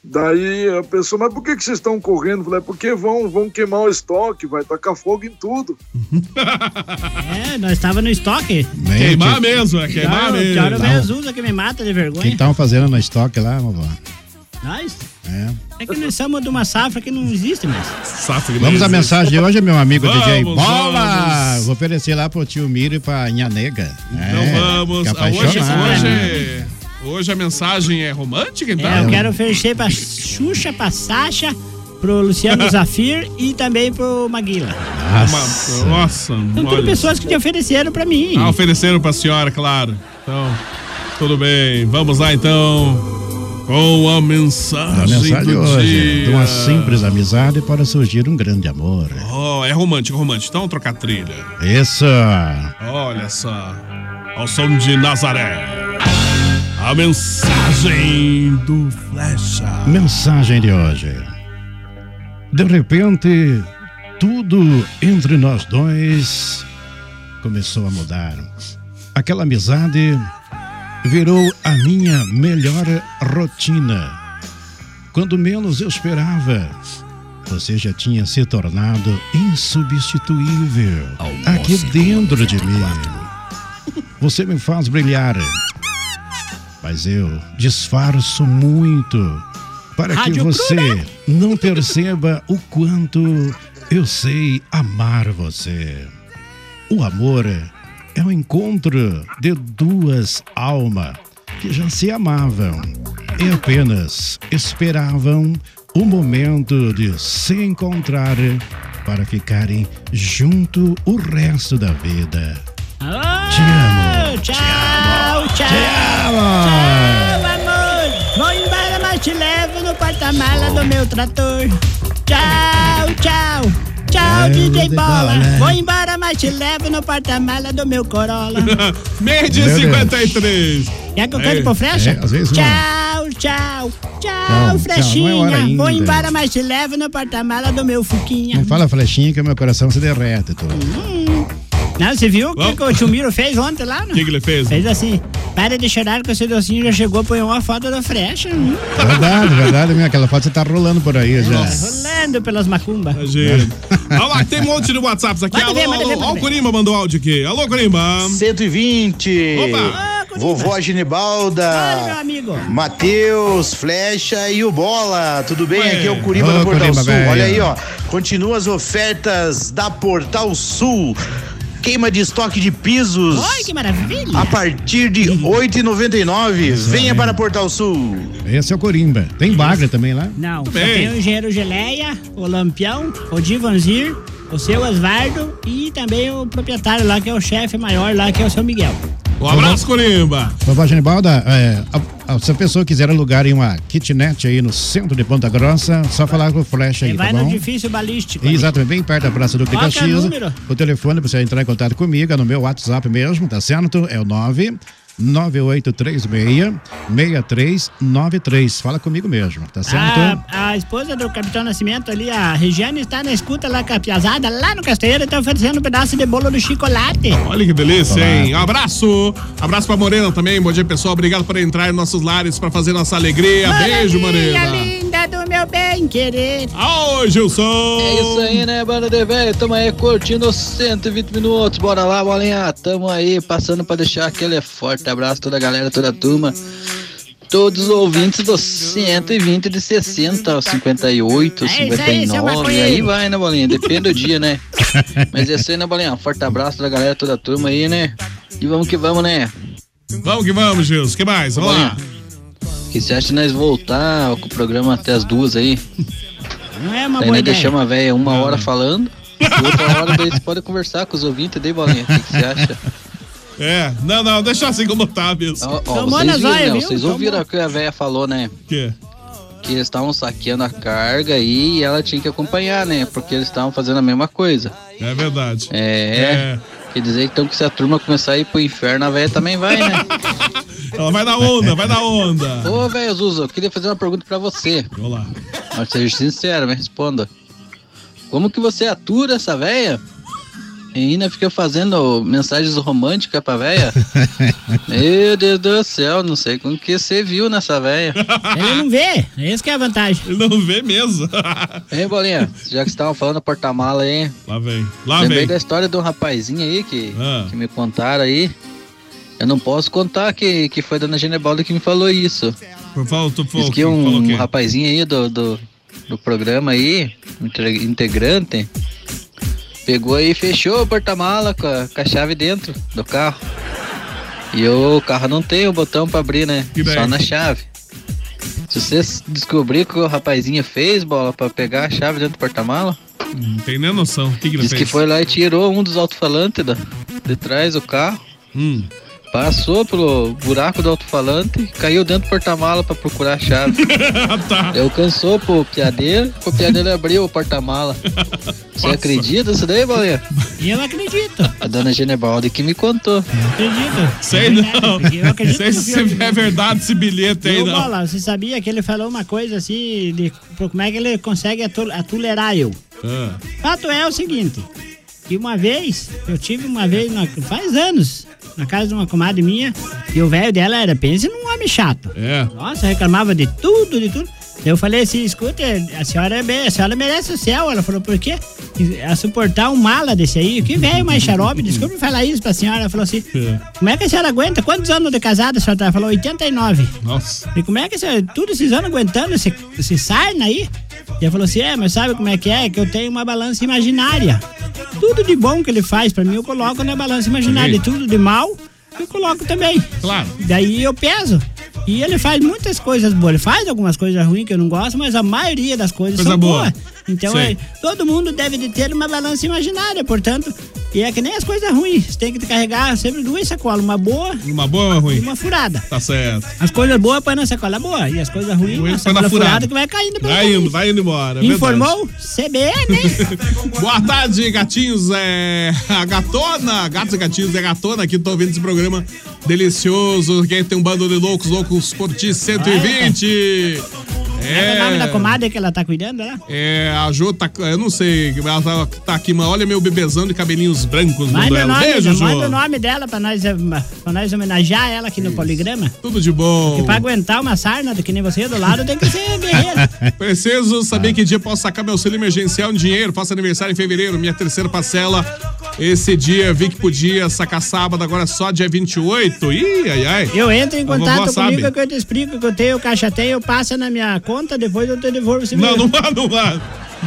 [SPEAKER 10] Daí a pessoa, mas por que, que vocês estão correndo? Eu falei, "É porque vão, vão queimar o estoque, vai tacar fogo em tudo.
[SPEAKER 7] É, nós estava no estoque.
[SPEAKER 2] Queimar mesmo, é queimar
[SPEAKER 7] Claro,
[SPEAKER 2] mesmo.
[SPEAKER 7] Claro,
[SPEAKER 9] Tá.
[SPEAKER 7] minhas usa que me mata de
[SPEAKER 9] O que
[SPEAKER 7] vergonha.
[SPEAKER 9] estavam tá fazendo no estoque lá, vovó?
[SPEAKER 7] Nós?
[SPEAKER 9] É.
[SPEAKER 7] É que nós somos de uma safra que não existe mais.
[SPEAKER 2] Safra
[SPEAKER 9] Vamos à mensagem de hoje, meu amigo
[SPEAKER 2] Vamos,
[SPEAKER 9] DJ Bola.
[SPEAKER 2] vamos.
[SPEAKER 9] Vou oferecer lá pro tio Miro e pra Inha Nega.
[SPEAKER 2] Então vamos.
[SPEAKER 9] Fica
[SPEAKER 2] Ah, Hoje,
[SPEAKER 9] É, apaixonado.
[SPEAKER 2] hoje, hoje a mensagem é romântica, então?
[SPEAKER 7] É, eu quero oferecer pra Xuxa, pra Sasha, pro Luciano Zafir e também pro Maguila.
[SPEAKER 2] Nossa, nossa
[SPEAKER 7] São tudo
[SPEAKER 2] olha.
[SPEAKER 7] pessoas que te ofereceram pra mim.
[SPEAKER 2] Ah, ofereceram pra senhora, claro. Então, tudo bem. Vamos lá, então, com a
[SPEAKER 9] A
[SPEAKER 2] mensagem,
[SPEAKER 9] mensagem de
[SPEAKER 2] do
[SPEAKER 9] hoje,
[SPEAKER 2] dia.
[SPEAKER 9] de uma simples amizade para surgir um grande amor.
[SPEAKER 2] Oh, é romântico, romântico. Então, vamos trocar trilha.
[SPEAKER 9] Isso.
[SPEAKER 2] Olha só, ao som de Nazaré. A mensagem do Flecha.
[SPEAKER 9] Mensagem de hoje. De repente, tudo entre nós dois começou a mudar. Aquela amizade virou a minha melhor rotina. Quando menos eu esperava, você já tinha se tornado insubstituível aqui dentro de mim. Você me faz brilhar, mas eu disfarço muito para que
[SPEAKER 18] Rádio
[SPEAKER 9] você
[SPEAKER 18] Bruna.
[SPEAKER 9] não perceba o quanto eu sei amar você. O amor é um encontro de duas almas que já se amavam e apenas esperavam o momento de se encontrar para ficarem junto o resto da vida. Te amo.
[SPEAKER 7] Tchau, tchau, tchau.
[SPEAKER 9] amo.
[SPEAKER 7] amor. Vou embora, mas te levo no porta-mala do meu trator. Tchau, tchau. Tchau,
[SPEAKER 2] Levo
[SPEAKER 7] DJ
[SPEAKER 2] de
[SPEAKER 7] Bola.
[SPEAKER 2] bola.
[SPEAKER 7] Vou embora, mas te levo no porta-mala do meu Corolla.
[SPEAKER 2] Meio dia
[SPEAKER 9] Meu Deus.
[SPEAKER 2] 53.
[SPEAKER 7] Quer que eu cante
[SPEAKER 2] É.
[SPEAKER 7] pro Frecha?
[SPEAKER 9] É, às vezes não.
[SPEAKER 7] tchau, tchau, tchau,
[SPEAKER 9] não é
[SPEAKER 7] Frechinha.
[SPEAKER 9] hora ainda.
[SPEAKER 7] Vou embora, mas te levo no porta-mala do meu Fuquinha.
[SPEAKER 9] Não fala flechinha que meu coração se derrete todo.
[SPEAKER 7] Não, Ah, você viu o que, que o Chumiro fez ontem lá? O
[SPEAKER 2] que, ele fez?
[SPEAKER 7] Fez assim. Para de chorar que o seu docinho já chegou, põe uma foto da frecha. Hum.
[SPEAKER 9] Verdade, verdade, minha, aquela foto você tá rolando por aí já.
[SPEAKER 7] Rolando pelas macumbas.
[SPEAKER 2] Olha lá, tem um monte de WhatsApps aqui.
[SPEAKER 7] Manda
[SPEAKER 2] alô,
[SPEAKER 7] ver,
[SPEAKER 2] alô,
[SPEAKER 7] manda ver, manda
[SPEAKER 2] Ó, o
[SPEAKER 7] ver.
[SPEAKER 2] Corimba mandou áudio aqui. Alô, Corimba.
[SPEAKER 19] 120.
[SPEAKER 2] Opa.
[SPEAKER 19] Vovó
[SPEAKER 7] meu
[SPEAKER 19] Genibalda,
[SPEAKER 7] amigo.
[SPEAKER 19] Matheus, Flecha e o Bola, tudo bem? Aqui é o Curiba
[SPEAKER 9] Ô,
[SPEAKER 19] do Portal
[SPEAKER 9] Curiba,
[SPEAKER 19] Sul.
[SPEAKER 9] velho.
[SPEAKER 19] Olha aí, ó, continua as ofertas da Portal Sul. Queima de estoque de pisos
[SPEAKER 7] Ai, que maravilha.
[SPEAKER 19] a partir de 8,99. Venha para Portal Sul.
[SPEAKER 9] Esse é o Corimba. Tem Bagra também lá?
[SPEAKER 7] Não, só
[SPEAKER 19] bem.
[SPEAKER 7] tem o engenheiro Geleia, o Lampião, o Divanzir, o seu Osvaldo e também o proprietário lá, que é o chefe maior lá, que é o seu Miguel.
[SPEAKER 2] Um abraço, Corimba.
[SPEAKER 9] Vovó Genibalda, é, a- a- se a pessoa quiser alugar em uma kitnet aí no centro de Ponta Grossa, só falar com o Flash aí,
[SPEAKER 7] Ele É, vai
[SPEAKER 9] tá
[SPEAKER 7] no
[SPEAKER 9] bom?
[SPEAKER 7] difícil balístico. ali.
[SPEAKER 9] Exatamente, bem perto da Praça do
[SPEAKER 7] Qual que é o
[SPEAKER 9] Caxias.
[SPEAKER 7] número?
[SPEAKER 9] O telefone para você entrar em contato comigo é no meu WhatsApp mesmo, tá certo? É o 9 9836 6393. Fala comigo mesmo, tá certo?
[SPEAKER 7] A, a esposa do Capitão Nascimento ali, a Regiane, está na escuta lá com a piazada, lá no Castanheira, está oferecendo um pedaço de bolo do chocolate.
[SPEAKER 2] Olha que delícia, hein? Um abraço. Abraço pra Morena também. Bom dia, pessoal. Obrigado por entrar em nossos lares pra fazer nossa alegria. Beijo,
[SPEAKER 7] Moreninha
[SPEAKER 2] Morena.
[SPEAKER 7] linda do meu bem querer.
[SPEAKER 2] Ô, Gilson.
[SPEAKER 20] É isso aí, né, banda de velho? Tamo aí curtindo os 120 minutos. Bora lá, bolinha. Tamo aí passando pra deixar aquele forte abraço a toda a galera, toda a turma. Todos os ouvintes do 120 de 60 ao 58,
[SPEAKER 7] É isso aí, seu
[SPEAKER 20] 59. E
[SPEAKER 7] maconheiro.
[SPEAKER 20] aí vai, né, bolinha? Depende do dia, né? Mas é isso aí, né, bolinha? Forte abraço da galera, toda a turma aí, né? E vamos que vamos, né?
[SPEAKER 2] Vamos que vamos, Gilson. que mais? Vamos lá.
[SPEAKER 20] O que você acha de nós voltar com o programa até as duas aí?
[SPEAKER 7] Não é uma
[SPEAKER 20] Daí nós
[SPEAKER 7] boa ideia.
[SPEAKER 20] deixamos a véia uma hora falando, e outra hora daí você pode conversar com os ouvintes, daí bolinha. O que que você acha?
[SPEAKER 2] É, não, não, deixa assim como tá mesmo.
[SPEAKER 20] Ó, vocês viram, né? Vocês ouviram o que a véia falou, né?
[SPEAKER 2] Que?
[SPEAKER 20] Que eles estavam saqueando a carga aí e ela tinha que acompanhar, né? Porque eles estavam fazendo a mesma coisa.
[SPEAKER 2] É verdade.
[SPEAKER 20] É. Quer dizer então que se a turma começar a ir pro inferno, a véia também vai, né?
[SPEAKER 2] Ela vai na onda, vai na onda.
[SPEAKER 20] Ô, velho Zuza, eu queria fazer uma pergunta pra você.
[SPEAKER 2] Vamos lá.
[SPEAKER 20] Mas seja sincero, me responda. Como que você atura essa véia? E ainda fica fazendo mensagens românticas pra véia? Meu Deus do céu, não sei como que você viu nessa véia.
[SPEAKER 7] Ele não vê, essa que é a vantagem.
[SPEAKER 2] Ele não vê mesmo.
[SPEAKER 20] Hein, Bolinha? Já que você tava falando porta-mala aí.
[SPEAKER 2] Lá vem, lá
[SPEAKER 20] Lembrei
[SPEAKER 2] vem. Ah.
[SPEAKER 20] da história do rapazinho aí que, que me contaram aí. Eu não posso contar que, que foi a dona Genebalda que me falou isso.
[SPEAKER 2] Por favor, tu
[SPEAKER 20] Diz que um, rapazinho aí do, do, do programa aí, intre- integrante, pegou aí e fechou o porta-mala com, a- com a chave dentro do carro. E o carro não tem o botão pra abrir, né?
[SPEAKER 18] daí?
[SPEAKER 20] Só na chave. Se você s- descobrir o que o rapazinho fez, bola, pra pegar a chave dentro do porta-mala,
[SPEAKER 2] Não tem nem noção. O que que ele
[SPEAKER 20] Diz que
[SPEAKER 2] fez?
[SPEAKER 20] foi lá e tirou um dos alto-falantes da- de trás do carro.
[SPEAKER 2] Hum.
[SPEAKER 20] Passou pelo buraco do alto-falante, caiu dentro do porta-mala pra procurar a chave.
[SPEAKER 2] tá.
[SPEAKER 20] Eu cansou pro piadeiro, o piadeiro abriu o porta-mala. Você acredita isso daí, Bolinha?
[SPEAKER 7] Eu não acredito.
[SPEAKER 20] A dona Genebaldi que me contou.
[SPEAKER 7] Acredito.
[SPEAKER 2] Sei não.
[SPEAKER 7] eu acredito
[SPEAKER 2] Sei
[SPEAKER 7] no
[SPEAKER 2] se
[SPEAKER 7] filme.
[SPEAKER 2] é verdade esse bilhete aí,
[SPEAKER 7] Viu,
[SPEAKER 2] não.
[SPEAKER 7] Bola, você sabia que ele falou uma coisa assim, de pô, como é que ele consegue atul- atulerar eu?
[SPEAKER 2] Ah,
[SPEAKER 7] Fato é o seguinte, que uma vez, eu tive uma vez, na- faz anos, na casa de uma comadre minha, e o velho dela era, pense num homem chato.
[SPEAKER 2] É.
[SPEAKER 7] Nossa, reclamava de tudo, de tudo. Eu falei assim, escuta, a senhora, é me- a senhora merece o céu. Ela falou, por quê? A suportar um mala desse aí, que velho mais xarope, desculpe falar isso pra senhora. Ela falou assim, como é que a senhora aguenta? Quantos anos de casada a senhora tá? Ela falou, 89.
[SPEAKER 2] Nossa.
[SPEAKER 7] E como é que você, todos esses anos aguentando esse, esse sarna aí? E ela falou assim, é, mas sabe como é que é? Que eu tenho uma balança imaginária. Tudo de bom que ele faz pra mim, eu coloco na balança imaginária. E tudo de mal, eu coloco também.
[SPEAKER 2] Claro.
[SPEAKER 7] Daí eu peso. E ele faz muitas coisas boas. Ele faz algumas coisas ruins que eu não gosto, mas a maioria das coisas
[SPEAKER 2] Coisa
[SPEAKER 7] são
[SPEAKER 2] boa.
[SPEAKER 7] boas. Então
[SPEAKER 2] Sei.
[SPEAKER 7] é, todo mundo deve de ter uma balança imaginária, portanto. E é que nem as coisas ruins. Você tem que carregar sempre duas sacolas, uma boa
[SPEAKER 2] uma boa ou uma ruim?
[SPEAKER 7] e uma furada.
[SPEAKER 2] Tá certo.
[SPEAKER 7] As coisas boas põe na sacola boa e as coisas ruins
[SPEAKER 2] Ruim põe
[SPEAKER 7] na sacola
[SPEAKER 2] na furada.
[SPEAKER 7] furada que vai caindo pelo
[SPEAKER 2] Vai indo, vai indo embora. é
[SPEAKER 7] caminho. Informou
[SPEAKER 2] verdade.
[SPEAKER 7] CBN.
[SPEAKER 2] Boa tarde, gatinhos. É a gatona, gatos e gatinhos, é a gatona aqui. Tô ouvindo esse programa delicioso. Quem tem um bando de loucos, loucos por ti, 120.
[SPEAKER 7] É o nome da comadre que ela tá cuidando, né?
[SPEAKER 2] É, a Jô tá. Eu não sei, ela tá, tá aqui, mas olha meu bebezão de cabelinhos brancos mandou
[SPEAKER 7] Manda o
[SPEAKER 2] ela.
[SPEAKER 7] nome,
[SPEAKER 2] Beijo, Jô.
[SPEAKER 7] manda o nome dela pra nós, eh, pra nós homenagear ela aqui no poligrama.
[SPEAKER 2] Tudo de bom.
[SPEAKER 7] Que pra aguentar uma sarna do que nem você do lado tem que ser né? guerreiro.
[SPEAKER 2] Preciso
[SPEAKER 7] Ah.
[SPEAKER 2] saber que dia posso sacar meu auxílio emergencial em dinheiro. Faço aniversário em fevereiro, minha terceira parcela. Esse dia vi que podia sacar sábado, agora é só dia 28. Ih, ai, ai.
[SPEAKER 7] Eu entro em
[SPEAKER 2] A vovó
[SPEAKER 7] contato
[SPEAKER 2] sabe.
[SPEAKER 7] comigo que eu te explico que eu tenho o caixa tem, eu passo na minha conta, depois eu te devolvo esse
[SPEAKER 2] Não,
[SPEAKER 7] dinheiro.
[SPEAKER 2] não há, não há.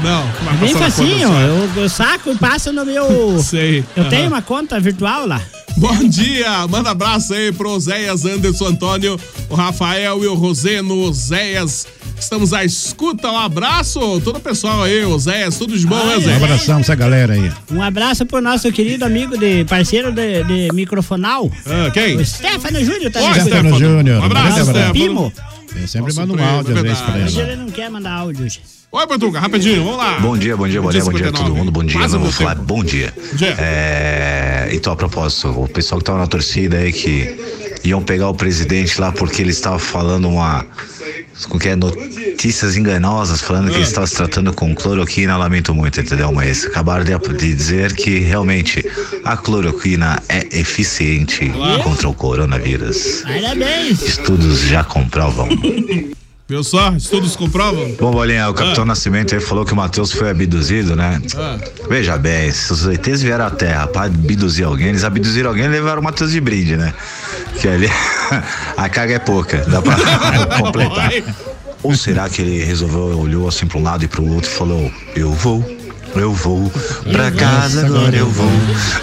[SPEAKER 2] Não, não vai
[SPEAKER 7] Bem
[SPEAKER 2] passar na
[SPEAKER 7] facinho,
[SPEAKER 2] conta, senhora.
[SPEAKER 7] eu, eu saco e passo no meu.
[SPEAKER 2] Sei.
[SPEAKER 7] Eu
[SPEAKER 2] Aham.
[SPEAKER 7] tenho uma conta virtual lá.
[SPEAKER 2] Bom dia, manda abraço aí pro Oséias Anderson Antônio, o Rafael e o Roseno, Oséias. Estamos à escuta, um abraço, todo o pessoal aí, Oséias, tudo de bom, né,
[SPEAKER 9] Um
[SPEAKER 2] Zé?
[SPEAKER 7] é,
[SPEAKER 9] abração pra essa galera aí.
[SPEAKER 7] Um abraço pro nosso querido amigo de parceiro de, de microfonal.
[SPEAKER 2] Ah, quem?
[SPEAKER 7] O Stefano Júnior tá
[SPEAKER 9] Ó,
[SPEAKER 7] ligado.
[SPEAKER 9] Stefano Júnior.
[SPEAKER 2] Um abraço,
[SPEAKER 9] grande
[SPEAKER 2] Stefano.
[SPEAKER 7] Primo.
[SPEAKER 9] Eu sempre
[SPEAKER 2] Nosso
[SPEAKER 9] mando um
[SPEAKER 2] primo,
[SPEAKER 9] áudio
[SPEAKER 2] é
[SPEAKER 9] às vezes pra
[SPEAKER 2] verdade.
[SPEAKER 7] Hoje
[SPEAKER 9] ela.
[SPEAKER 7] ele não quer mandar áudio hoje.
[SPEAKER 2] Oi, Portuga, rapidinho, vamos lá.
[SPEAKER 21] Bom dia, bom dia, bom dia, bom dia a todo mundo. Bom dia,
[SPEAKER 2] Quase
[SPEAKER 21] vamos
[SPEAKER 2] você.
[SPEAKER 21] falar. Bom dia. É, então, a propósito, o pessoal que tava na torcida aí que iam pegar o presidente lá porque ele estava falando uma. Como que é? Notícias enganosas, falando
[SPEAKER 2] Ah.
[SPEAKER 21] que ele estava se tratando com cloroquina, lamento muito, entendeu? Mas acabaram de, de dizer que realmente a cloroquina é eficiente contra o coronavírus.
[SPEAKER 7] Parabéns.
[SPEAKER 21] Estudos já comprovam.
[SPEAKER 2] Viu só? Estudos comprovam?
[SPEAKER 21] Bom, Bolinha, o Capitão Nascimento aí falou que o Matheus foi abduzido, né?
[SPEAKER 2] Ah.
[SPEAKER 21] Veja bem, se os ETs vieram à Terra pra abduzir alguém, eles abduziram alguém e levaram o Matheus de brinde, né? Que ali a carga é pouca, dá pra completar. Ou será que ele resolveu, olhou assim pra um lado e pro outro e falou: Eu vou eu vou pra casa, agora eu vou,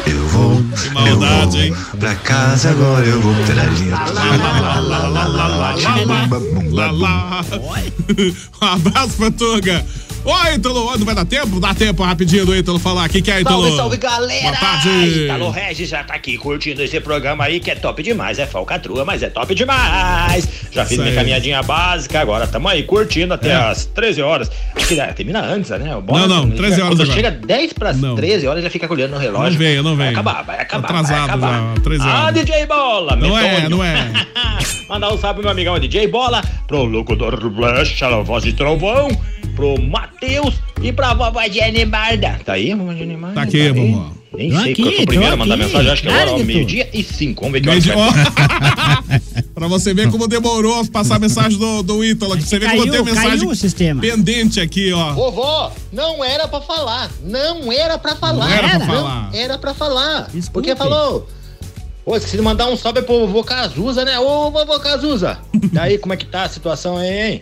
[SPEAKER 21] eu vou, eu vou pra casa, agora eu vou. Peradinha.
[SPEAKER 2] Um abraço pra Tuga. Oi, Ítalo, Ó, não vai dar tempo? Dá tempo rapidinho do Ítalo falar. O que, que é, Ítalo?
[SPEAKER 1] Salve, salve, galera!
[SPEAKER 2] Boa tarde.
[SPEAKER 1] Italo Regis já tá aqui curtindo esse programa aí, que é top demais. É falcatrua, mas é top demais. Já fiz
[SPEAKER 2] Isso
[SPEAKER 1] minha
[SPEAKER 2] aí.
[SPEAKER 1] caminhadinha básica, agora tamo aí curtindo até
[SPEAKER 2] É.
[SPEAKER 1] as 13 horas. Acho que dá- termina antes, né? O
[SPEAKER 2] Não, não,
[SPEAKER 1] ele
[SPEAKER 2] 13
[SPEAKER 1] fica-
[SPEAKER 2] horas
[SPEAKER 1] Quando
[SPEAKER 2] agora.
[SPEAKER 1] chega 10 pras 13 horas, já fica olhando no relógio.
[SPEAKER 2] Não veio, não veio.
[SPEAKER 1] Vai acabar, vai acabar. vai
[SPEAKER 2] Atrasado
[SPEAKER 1] acabar.
[SPEAKER 2] já, 13
[SPEAKER 1] Ah,
[SPEAKER 2] horas.
[SPEAKER 1] DJ Bola!
[SPEAKER 2] Não é,
[SPEAKER 1] Metônio.
[SPEAKER 2] não é.
[SPEAKER 1] Mandar um salve pro meu amigão DJ Bola, pro locutor Flecha, a voz de trovão, pro Matheus e pra vovó Jenny Barda. Tá aí, vovó Jenny Barda?
[SPEAKER 2] Tá aqui, vovó.
[SPEAKER 1] Nem
[SPEAKER 2] Tô
[SPEAKER 1] sei que
[SPEAKER 2] aqui,
[SPEAKER 1] eu sou
[SPEAKER 2] tô
[SPEAKER 1] o primeiro a mandar
[SPEAKER 2] aqui.
[SPEAKER 1] mensagem, acho que agora
[SPEAKER 2] Claro
[SPEAKER 1] é
[SPEAKER 2] que tô.
[SPEAKER 1] meio-dia e cinco. Vamos ver que
[SPEAKER 2] Meio
[SPEAKER 1] horas
[SPEAKER 2] de-
[SPEAKER 1] vai ser.
[SPEAKER 2] Pra você ver como demorou pra passar a mensagem do, do Ítalo. aqui. Você vê como eu tenho
[SPEAKER 7] Caiu,
[SPEAKER 2] mensagem
[SPEAKER 7] caiu o sistema.
[SPEAKER 2] pendente aqui, ó.
[SPEAKER 18] Vovó, não era pra falar. Não era pra falar.
[SPEAKER 2] Não era pra falar.
[SPEAKER 18] Não era pra falar. Porque falou. Ô, esqueci de mandar um salve pro vovô Cazuza, né? Ô, vovô Cazuza. Daí, como é que tá a situação aí, hein?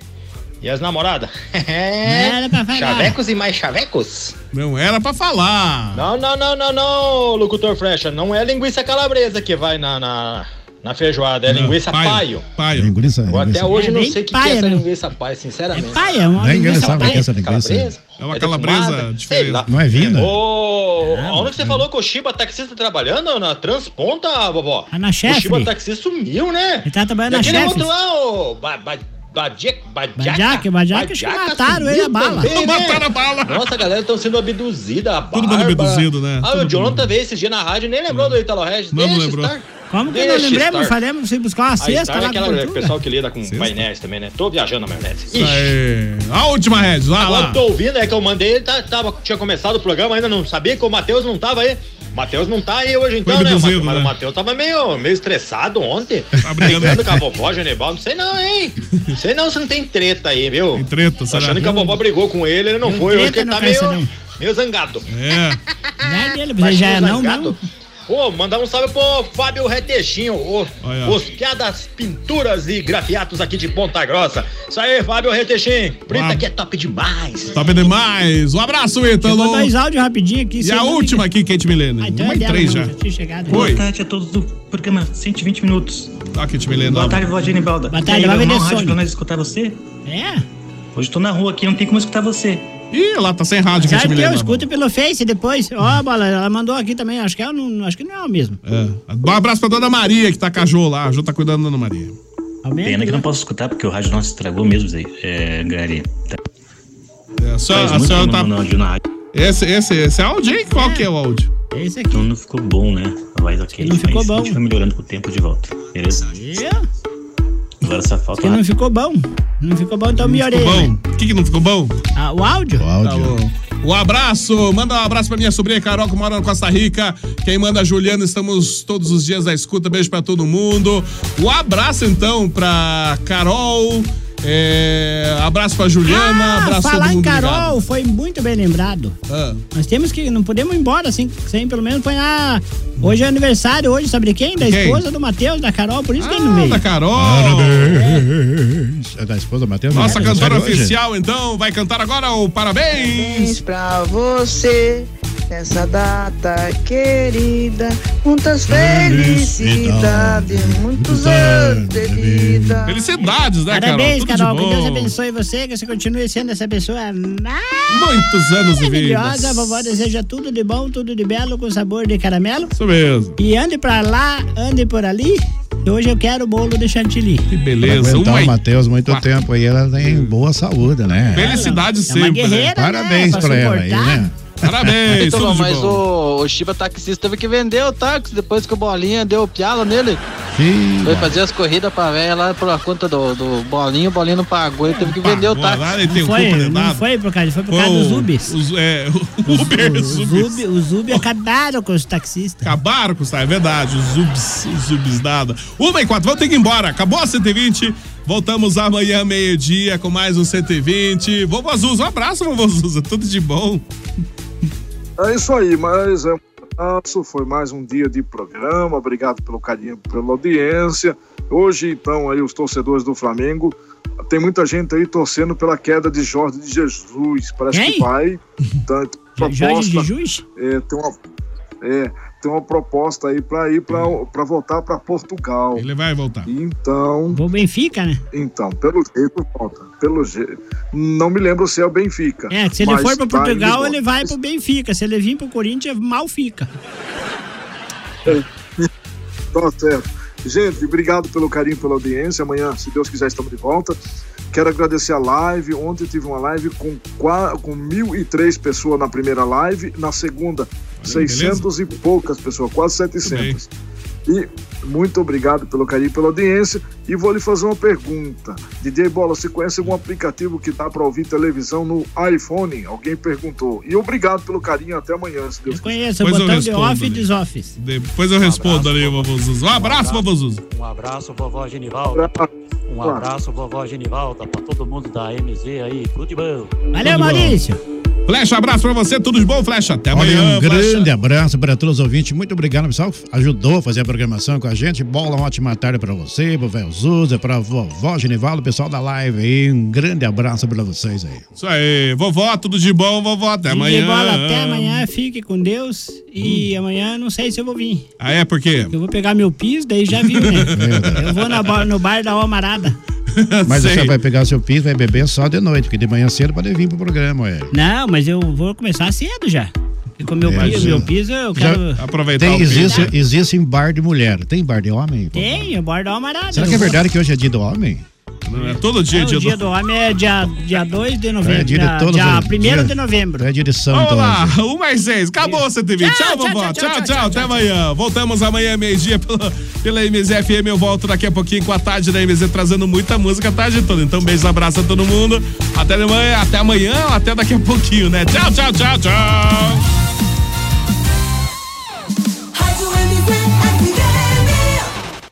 [SPEAKER 18] E as namoradas? É.
[SPEAKER 7] Não era pra falar.
[SPEAKER 18] Chavecos e mais chavecos?
[SPEAKER 2] Não era pra falar.
[SPEAKER 18] Não, não, não, não, não, locutor Flecha. Não é linguiça calabresa que vai na, na, na feijoada. É linguiça paio.
[SPEAKER 2] Paio.
[SPEAKER 9] Linguiça,
[SPEAKER 18] Até
[SPEAKER 9] linguiça.
[SPEAKER 18] hoje
[SPEAKER 9] É
[SPEAKER 18] eu não
[SPEAKER 9] bem
[SPEAKER 18] sei o que,
[SPEAKER 9] paia
[SPEAKER 18] é essa
[SPEAKER 9] mesmo.
[SPEAKER 18] linguiça paia, sinceramente. É
[SPEAKER 7] paia, uma
[SPEAKER 9] Nem linguiça engraçava paia. que é essa linguiça.
[SPEAKER 2] É uma calabresa diferente.
[SPEAKER 9] Não é vinda?
[SPEAKER 18] Ô,
[SPEAKER 7] É,
[SPEAKER 18] onde que você falou que o Shiba taxista trabalhando? Na transponta, vovó?
[SPEAKER 7] Tá na
[SPEAKER 18] O
[SPEAKER 7] Chefes.
[SPEAKER 18] Shiba taxista sumiu, né?
[SPEAKER 7] Ele tá trabalhando
[SPEAKER 18] E
[SPEAKER 7] na
[SPEAKER 18] aquele
[SPEAKER 7] Chefes.
[SPEAKER 18] outro lá, ô, ba, ba, Badia- Badiaca.
[SPEAKER 7] Badiaca, Badiaca, acho que mataram
[SPEAKER 18] sumiu
[SPEAKER 7] ele a bala.
[SPEAKER 18] também, né?
[SPEAKER 7] Mataram a bala.
[SPEAKER 18] Nossa, a galera estão sendo abduzida, a
[SPEAKER 2] Todo mundo
[SPEAKER 18] barba.
[SPEAKER 2] abduzido, né?
[SPEAKER 18] Ah,
[SPEAKER 2] Todo
[SPEAKER 18] o Jonathan
[SPEAKER 2] mundo.
[SPEAKER 18] veio esse dia na rádio, nem lembrou do Italo Regis.
[SPEAKER 2] Não
[SPEAKER 18] Deixa
[SPEAKER 2] lembrou.
[SPEAKER 18] estar.
[SPEAKER 7] Como que
[SPEAKER 18] Deixa
[SPEAKER 7] não lembramos?
[SPEAKER 18] estar.
[SPEAKER 7] Falamos você buscar uma
[SPEAKER 2] ah,
[SPEAKER 18] Aí
[SPEAKER 7] cesta
[SPEAKER 18] tá
[SPEAKER 7] lá
[SPEAKER 18] naquela-
[SPEAKER 7] com gordura.
[SPEAKER 18] pessoal que lida com maionese também, né? Tô viajando na maionese.
[SPEAKER 2] Isso aí. A última, Regis, lá,
[SPEAKER 18] Agora
[SPEAKER 2] lá.
[SPEAKER 18] eu tô ouvindo, é que eu mandei, ele tá- tava, tinha começado o programa, ainda não sabia que o Matheus não tava aí. O Matheus não tá aí hoje então, né?
[SPEAKER 2] abduzido,
[SPEAKER 18] Mas, mas
[SPEAKER 2] né?
[SPEAKER 18] o Matheus tava meio, meio estressado ontem. Tá
[SPEAKER 2] brigando.
[SPEAKER 18] com a vovó, Genebal, não sei não, hein? Não sei não se não tem treta aí, viu? Tem
[SPEAKER 2] treta, será?
[SPEAKER 18] Achando que a vovó brigou com ele, ele não, foi, hoje
[SPEAKER 7] treta
[SPEAKER 18] ele tá
[SPEAKER 7] não cansa,
[SPEAKER 18] meio,
[SPEAKER 7] não.
[SPEAKER 18] meio zangado. Tá
[SPEAKER 2] É.
[SPEAKER 7] Vai dele, você já é não, não.
[SPEAKER 18] Ô, mandar um salve pro Fábio Retechinho, o,
[SPEAKER 7] Olha.
[SPEAKER 18] os piadas, pinturas e grafiatos aqui de Ponta Grossa. Isso aí, Fábio Retechinho. Preta que é top demais.
[SPEAKER 2] Top demais. Um abraço, Ítalo.
[SPEAKER 18] Chegou dois
[SPEAKER 7] áudios rapidinho aqui.
[SPEAKER 2] E
[SPEAKER 7] Ah,
[SPEAKER 2] a última aqui, Kate Milena.
[SPEAKER 7] então é
[SPEAKER 2] Uma e três
[SPEAKER 7] né?
[SPEAKER 2] já. Oi.
[SPEAKER 4] Boa tarde a todos do programa 120 Minutos.
[SPEAKER 2] Tá, Kate Milena.
[SPEAKER 4] Boa tarde, vó Genibalda.
[SPEAKER 7] Boa tarde,
[SPEAKER 4] E aí,
[SPEAKER 7] vai
[SPEAKER 4] meu
[SPEAKER 7] vender
[SPEAKER 4] irmão, rádio
[SPEAKER 7] Sony.
[SPEAKER 4] pra nós escutar você?
[SPEAKER 7] É?
[SPEAKER 4] Hoje tô na rua aqui, não tem como escutar você.
[SPEAKER 2] Ih, lá tá sem rádio,
[SPEAKER 7] Sabe que eu escuto pelo Face depois. Ó, bola, ela mandou aqui também. Acho que, ela não, acho que não é o mesmo.
[SPEAKER 2] É. Um abraço pra dona Maria, que tá com a Jô lá. A Jô tá cuidando da dona Maria.
[SPEAKER 4] Pena
[SPEAKER 7] né?
[SPEAKER 4] que eu não posso escutar porque o rádio nosso estragou mesmo, Zé. É, Gary. Tá-
[SPEAKER 2] É, a senhora,
[SPEAKER 4] Faz
[SPEAKER 2] a
[SPEAKER 4] muito
[SPEAKER 2] senhora
[SPEAKER 4] tempo
[SPEAKER 2] tá.
[SPEAKER 4] não mando áudio na rádio.
[SPEAKER 2] Esse, esse, esse é áudio aí? Qual que é o áudio?
[SPEAKER 7] Esse
[SPEAKER 4] Então não ficou bom, né? A voz daquele.
[SPEAKER 7] Não ficou
[SPEAKER 4] mas A
[SPEAKER 7] bom.
[SPEAKER 4] gente vai melhorando com o tempo de volta, beleza? Agora só falta.
[SPEAKER 7] Porque não ficou bom. Não ficou bom, então melhorei.
[SPEAKER 2] ficou
[SPEAKER 7] né?
[SPEAKER 2] O que, que não ficou bom?
[SPEAKER 7] Ah, o áudio? O
[SPEAKER 2] Tá bom. Um abraço, manda um abraço pra minha sobrinha Carol, que mora na Costa Rica. Quem manda é a Juliana, estamos todos os dias na escuta. Beijo pra todo mundo. Um abraço então pra Carol. é, abraço pra Juliana,
[SPEAKER 7] Ah,
[SPEAKER 2] abraço pra todo
[SPEAKER 7] falar em
[SPEAKER 2] mundo.
[SPEAKER 7] Carol
[SPEAKER 2] ligado.
[SPEAKER 7] foi muito bem lembrado.
[SPEAKER 2] Ah,
[SPEAKER 7] Nós temos que, não podemos ir embora assim, sem pelo menos põe a. Hoje é aniversário, hoje, sabe de quem? Da
[SPEAKER 9] De quem?
[SPEAKER 7] esposa do Matheus, da Carol, por isso que ele não veio.
[SPEAKER 2] Ah, da Carol.
[SPEAKER 9] Parabéns. É da esposa Matheus.
[SPEAKER 2] nossa
[SPEAKER 9] né?
[SPEAKER 2] cantora
[SPEAKER 9] Sério, hoje?
[SPEAKER 2] oficial, então, vai cantar agora o parabéns.
[SPEAKER 20] Parabéns pra você nessa data querida. Muitas felicidades, muitos anos de vida.
[SPEAKER 2] Felicidades, né, Carol?
[SPEAKER 7] Parabéns,
[SPEAKER 2] Tudo de
[SPEAKER 7] Carol.
[SPEAKER 2] bom.
[SPEAKER 7] Que Deus abençoe você, que você continue sendo essa pessoa
[SPEAKER 2] Muitos anos de vida.
[SPEAKER 7] maravilhosa. A vovó deseja tudo de bom, tudo de belo, com sabor de caramelo.
[SPEAKER 2] Isso mesmo.
[SPEAKER 7] E ande pra lá, ande por ali. que Hoje eu quero bolo de chantilly. Que
[SPEAKER 9] Beleza,
[SPEAKER 2] Um
[SPEAKER 9] aguentar o Matheus muito tempo aí, ela tem boa saúde, né?
[SPEAKER 2] Felicidade
[SPEAKER 9] uma
[SPEAKER 2] sempre.
[SPEAKER 9] guerreira, né? Parabéns pra ela aí, né?
[SPEAKER 2] Parabéns,
[SPEAKER 4] então,
[SPEAKER 2] tudo de
[SPEAKER 4] mas
[SPEAKER 20] o, o Shiba taxista teve que vender o táxi depois que o Bolinha deu piala nele. Foi fazer as corridas pra velha lá por conta do, do Bolinho, o Bolinho não pagou, ele teve que vender o táxi.
[SPEAKER 10] Tá-
[SPEAKER 2] lá ele tem
[SPEAKER 7] Não
[SPEAKER 2] culpa
[SPEAKER 7] foi,
[SPEAKER 2] de
[SPEAKER 7] não
[SPEAKER 2] nada.
[SPEAKER 7] foi por causa, foi por
[SPEAKER 2] Foi
[SPEAKER 7] causa dos
[SPEAKER 2] o-
[SPEAKER 7] Ubers.
[SPEAKER 2] Os, é, os Uber, os
[SPEAKER 7] Os
[SPEAKER 2] Uber.
[SPEAKER 7] Uber, os Uber acabaram com os taxistas.
[SPEAKER 2] Acabaram com isso, é verdade. Os Ubs, os Ubs nada. Uma e quatro, vamos ter que ir embora. Acabou a 120. Voltamos amanhã, meio-dia, com mais um 120. Vovô Azusa, um abraço, vovô Azusa. Tudo de bom.
[SPEAKER 10] É isso aí, mas é um abraço, foi mais um dia de programa, obrigado pelo carinho, pela audiência. Hoje, então, aí os torcedores do Flamengo, tem muita gente aí torcendo pela queda de Jorge de Jesus, parece que vai, tá,
[SPEAKER 7] Jorge
[SPEAKER 10] proposta.
[SPEAKER 7] Jesus?
[SPEAKER 10] É, tem uma, é, tem uma proposta aí para ir para voltar para Portugal. Ele
[SPEAKER 2] vai voltar.
[SPEAKER 10] Então.
[SPEAKER 7] O Benfica, né?
[SPEAKER 10] Então, pelo jeito volta. Pelo jeito. Não me lembro se é o Benfica.
[SPEAKER 7] É, se ele
[SPEAKER 10] mas
[SPEAKER 7] for pra
[SPEAKER 10] tá indo
[SPEAKER 7] Portugal,
[SPEAKER 10] embora.
[SPEAKER 7] ele vai pro Benfica. Se ele vir pro Corinthians, mal fica.
[SPEAKER 10] Tá certo. Gente, obrigado pelo carinho, pela audiência. Amanhã, se Deus quiser, estamos de volta. Quero agradecer a live. Ontem tive uma live com, qua- com 1.003 pessoas na primeira live. Na
[SPEAKER 2] Hum,
[SPEAKER 10] segunda, 600 e poucas pessoas, quase 700. E muito obrigado pelo carinho, pela audiência. E vou lhe fazer uma pergunta. DJ Bola, você conhece algum aplicativo que dá para ouvir televisão no iPhone? Alguém perguntou. E obrigado pelo carinho. Até amanhã, se Deus quiser.
[SPEAKER 7] Conheça o
[SPEAKER 2] Pois eu
[SPEAKER 7] é botão de
[SPEAKER 2] respondo,
[SPEAKER 7] off e
[SPEAKER 2] né?
[SPEAKER 7] desoffice.
[SPEAKER 2] Depois eu respondo ali, Bobuzuzo. Um abraço, Bobuzuzo.
[SPEAKER 3] Um abraço, vovó Genivalda. Um abraço, vovó Genivalda, pra todo mundo da MZ aí. Tudo de bom.
[SPEAKER 7] Valeu, Maurício.
[SPEAKER 2] Flecha, um abraço pra você, tudo de bom, Flecha? Até
[SPEAKER 9] Olha,
[SPEAKER 2] amanhã,
[SPEAKER 9] um
[SPEAKER 2] Flecha.
[SPEAKER 9] grande abraço para todos os ouvintes. Muito obrigado, pessoal. que Ajudou a fazer a programação com a gente. Bola, uma ótima tarde para você, pro Véu Zuza, pra vovó Genivaldo, pessoal da live aí. Um grande abraço para vocês aí.
[SPEAKER 2] Isso aí, vovó, tudo de bom, vovó, até
[SPEAKER 7] Fique
[SPEAKER 2] amanhã.
[SPEAKER 7] bola, até amanhã, fique com Deus. E
[SPEAKER 2] Hum.
[SPEAKER 7] amanhã não sei se eu vou vir.
[SPEAKER 2] Ah, é, por quê?
[SPEAKER 7] Eu vou pegar meu piso, daí já viu, né? eu vou na ba- no bar da Almarada.
[SPEAKER 9] Mas você vai pegar seu piso, vai beber só de noite, porque de manhã cedo pode vir pro programa, ué.
[SPEAKER 7] Não, mas eu vou começar cedo já. E com meu
[SPEAKER 9] É,
[SPEAKER 7] piso,
[SPEAKER 9] sim.
[SPEAKER 7] meu piso, eu quero.
[SPEAKER 9] Já- tem, existe, existe em bar de mulher. Tem bar de homem?
[SPEAKER 7] Tem, o bar da Almarada.
[SPEAKER 9] Será que é verdade que hoje é dia do homem?
[SPEAKER 2] É todo
[SPEAKER 7] É, o dia do homem é dia, dia 2 de novembro.
[SPEAKER 9] É dia de
[SPEAKER 7] dia
[SPEAKER 9] todos
[SPEAKER 7] dia
[SPEAKER 9] os-
[SPEAKER 7] 1 de
[SPEAKER 9] dia-
[SPEAKER 7] novembro.
[SPEAKER 9] É dia de santo.
[SPEAKER 2] Vamos lá,
[SPEAKER 9] hoje.
[SPEAKER 2] 1 mais 6. Acabou o 120. Tchau, vovó. Tchau, tchau, tchau, Até amanhã. Voltamos amanhã, meio-dia, pela, pela MZFM. Eu volto daqui a pouquinho com a tarde da MZ, trazendo muita música a tarde toda. Então, beijos, abraço a todo mundo. Até amanhã, até amanhã, até daqui a pouquinho, né? Tchau, tchau, tchau, tchau.